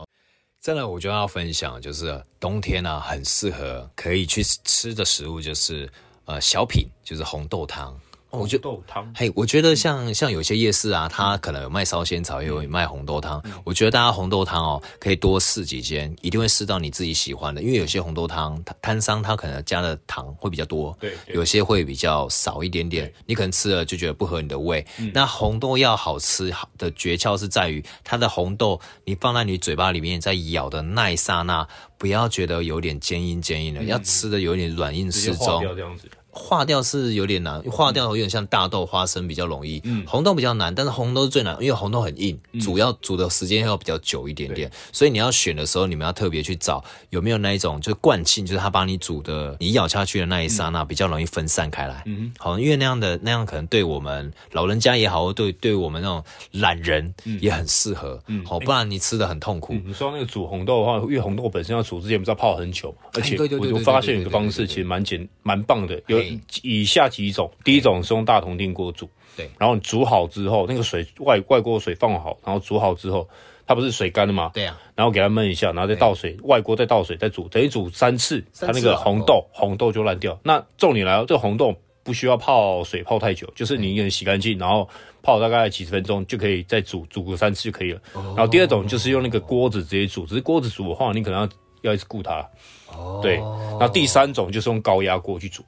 [SPEAKER 1] 再来，我就要分享，就是冬天啊，很适合可以去吃的食物，就是呃小品，就是红豆汤。哦我觉
[SPEAKER 2] 豆汤，
[SPEAKER 1] 嘿，我觉得
[SPEAKER 2] 嗯
[SPEAKER 1] 像像有些夜市啊，它可能有卖烧仙草，也有卖红豆
[SPEAKER 2] 嗯
[SPEAKER 1] 汤。我觉得大家红豆汤哦，可以多试几间，一定会试到你自己喜欢的。因为有些红豆汤它摊商他可能加的糖会比较多，
[SPEAKER 2] 对对
[SPEAKER 1] 有些会比较少一点点
[SPEAKER 2] 对，
[SPEAKER 1] 你可能吃了就觉得不合你的胃。那红豆要好吃好的诀窍是在于它的红豆，你放在你嘴巴里面在咬的那一刹那，不要觉得有点坚硬坚硬的，要吃的有点软硬
[SPEAKER 2] 直接
[SPEAKER 1] 适
[SPEAKER 2] 化
[SPEAKER 1] 中。
[SPEAKER 2] 掉这样子。
[SPEAKER 1] 化掉是有点
[SPEAKER 2] 嗯
[SPEAKER 1] 难，化掉有点像大豆、花生比较容易，红豆比较难，但是红豆是最难，因为红豆很硬，
[SPEAKER 2] 嗯
[SPEAKER 1] 煮要煮的时间要比较久一点点，所以你要选的时候，你们要特别去找有没有那一种就是惯性，就是它把你煮的，你咬下去的那一刹那比较容易分散开来，嗯，好，因为那样的那样可能对我们老人家也好，或对对我们那种懒人也很适合，嗯，
[SPEAKER 2] 哎
[SPEAKER 1] 好，不然你吃的很痛苦，
[SPEAKER 2] 嗯你说那个煮红豆的话，因为红豆本身要煮之前不是要泡很久嘛，而且
[SPEAKER 1] 哎对对对
[SPEAKER 2] 我
[SPEAKER 1] 对
[SPEAKER 2] 就
[SPEAKER 1] 对
[SPEAKER 2] 发
[SPEAKER 1] 对
[SPEAKER 2] 现有
[SPEAKER 1] 对
[SPEAKER 2] 一个
[SPEAKER 1] 对
[SPEAKER 2] 方
[SPEAKER 1] 对
[SPEAKER 2] 式
[SPEAKER 1] 对哎
[SPEAKER 2] 其实蛮简蛮棒的，有
[SPEAKER 1] 嘿
[SPEAKER 2] 以下几种，第一种是用大铜电锅煮，
[SPEAKER 1] 对
[SPEAKER 2] 然后你煮好之后，那个水外外锅水放好，然后煮好之后，它不是水干了吗？
[SPEAKER 1] 对啊，
[SPEAKER 2] 然后给它焖一下，然后再倒水，外锅再倒水，再煮，等于煮三次，它
[SPEAKER 1] 三次
[SPEAKER 2] 那个
[SPEAKER 1] 啊
[SPEAKER 2] 红豆红豆就烂掉。那重点来了，这个红豆不需要泡水泡太久，就是你一个人洗干净，然后泡大概几十分钟就可以再煮，煮个三次就可以了。
[SPEAKER 1] 哦
[SPEAKER 2] 然后第二种就是用那个锅子直接煮，只是锅子煮的话，你可能要要一直顾它。
[SPEAKER 1] 哦
[SPEAKER 2] 对，那第三种就是用高压锅去煮，
[SPEAKER 1] 哦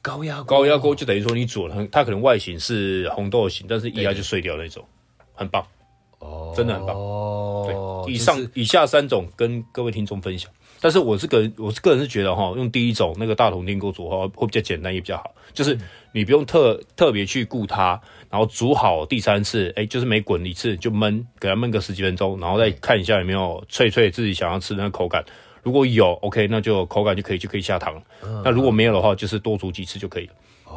[SPEAKER 1] 高压
[SPEAKER 2] 高压锅就等于说你煮了，它可能外形是红豆形，但是一压就碎掉那种，很棒。
[SPEAKER 1] 哦
[SPEAKER 2] 真的很棒
[SPEAKER 1] 哦，
[SPEAKER 2] 以
[SPEAKER 1] 就是
[SPEAKER 2] 上以下三种跟各位听众分享。但是我是个人，我是个人是觉得哈，用第一种那个大铜电锅煮的话会比较简单，也比较好，就是你不用特特别去顾它，然后煮好第三次，哎、就是每滚一次就焖，给它焖个十几分钟，然后再看一下有没有脆脆自己想要吃的那个口感。如果有，OK，那就口感就可以就可以下糖了。那如果没有的话，就是多煮几次就可以了。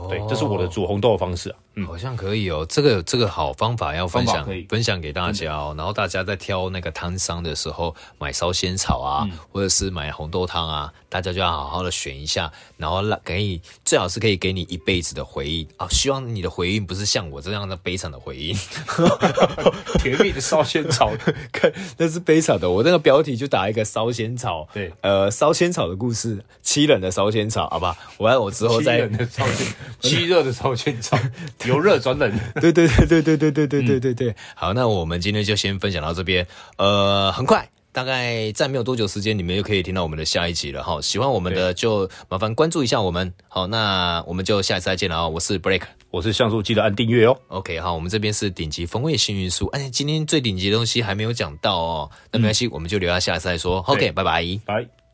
[SPEAKER 2] 对，这是我的煮红豆的方式啊。
[SPEAKER 1] 好像可以哦，这个这个好方法要分
[SPEAKER 2] 方
[SPEAKER 1] 享
[SPEAKER 2] 法可以
[SPEAKER 1] 分享给大家哦。然后大家在挑那个汤商的时候，买烧仙草啊，
[SPEAKER 2] 嗯
[SPEAKER 1] 或者是买红豆汤啊，大家就要好好的选一下，然后让给你最好是可以给你一辈子的回忆啊。希望你的回应不是像我这样的悲惨的回应，
[SPEAKER 2] 甜蜜的烧仙草，
[SPEAKER 1] 看那是悲惨的。我那个标题就打一个烧仙草，
[SPEAKER 2] 对
[SPEAKER 1] 呃，烧仙草的故事，凄冷的烧仙草，好吧，我要我之后
[SPEAKER 2] 凄
[SPEAKER 1] 再
[SPEAKER 2] 冷的烧仙，凄热的烧 仙草，由热转冷。
[SPEAKER 1] 对对对对对对对对对对对。好，那我们今天就先分享到这边。呃，很快。大概在没有多久时间，你们就可以听到我们的下一集了哈。喜欢我们的就麻烦关注一下我们。好，那我们就下一次再见了啊！我是 Break。
[SPEAKER 2] 我是像素，记得按订阅哦。
[SPEAKER 1] OK，好，我们这边是顶级风味幸运树。哎，今天最顶级的东西还没有讲到哦，那没关系，我们就留到下次再说。OK，拜拜。
[SPEAKER 2] 拜。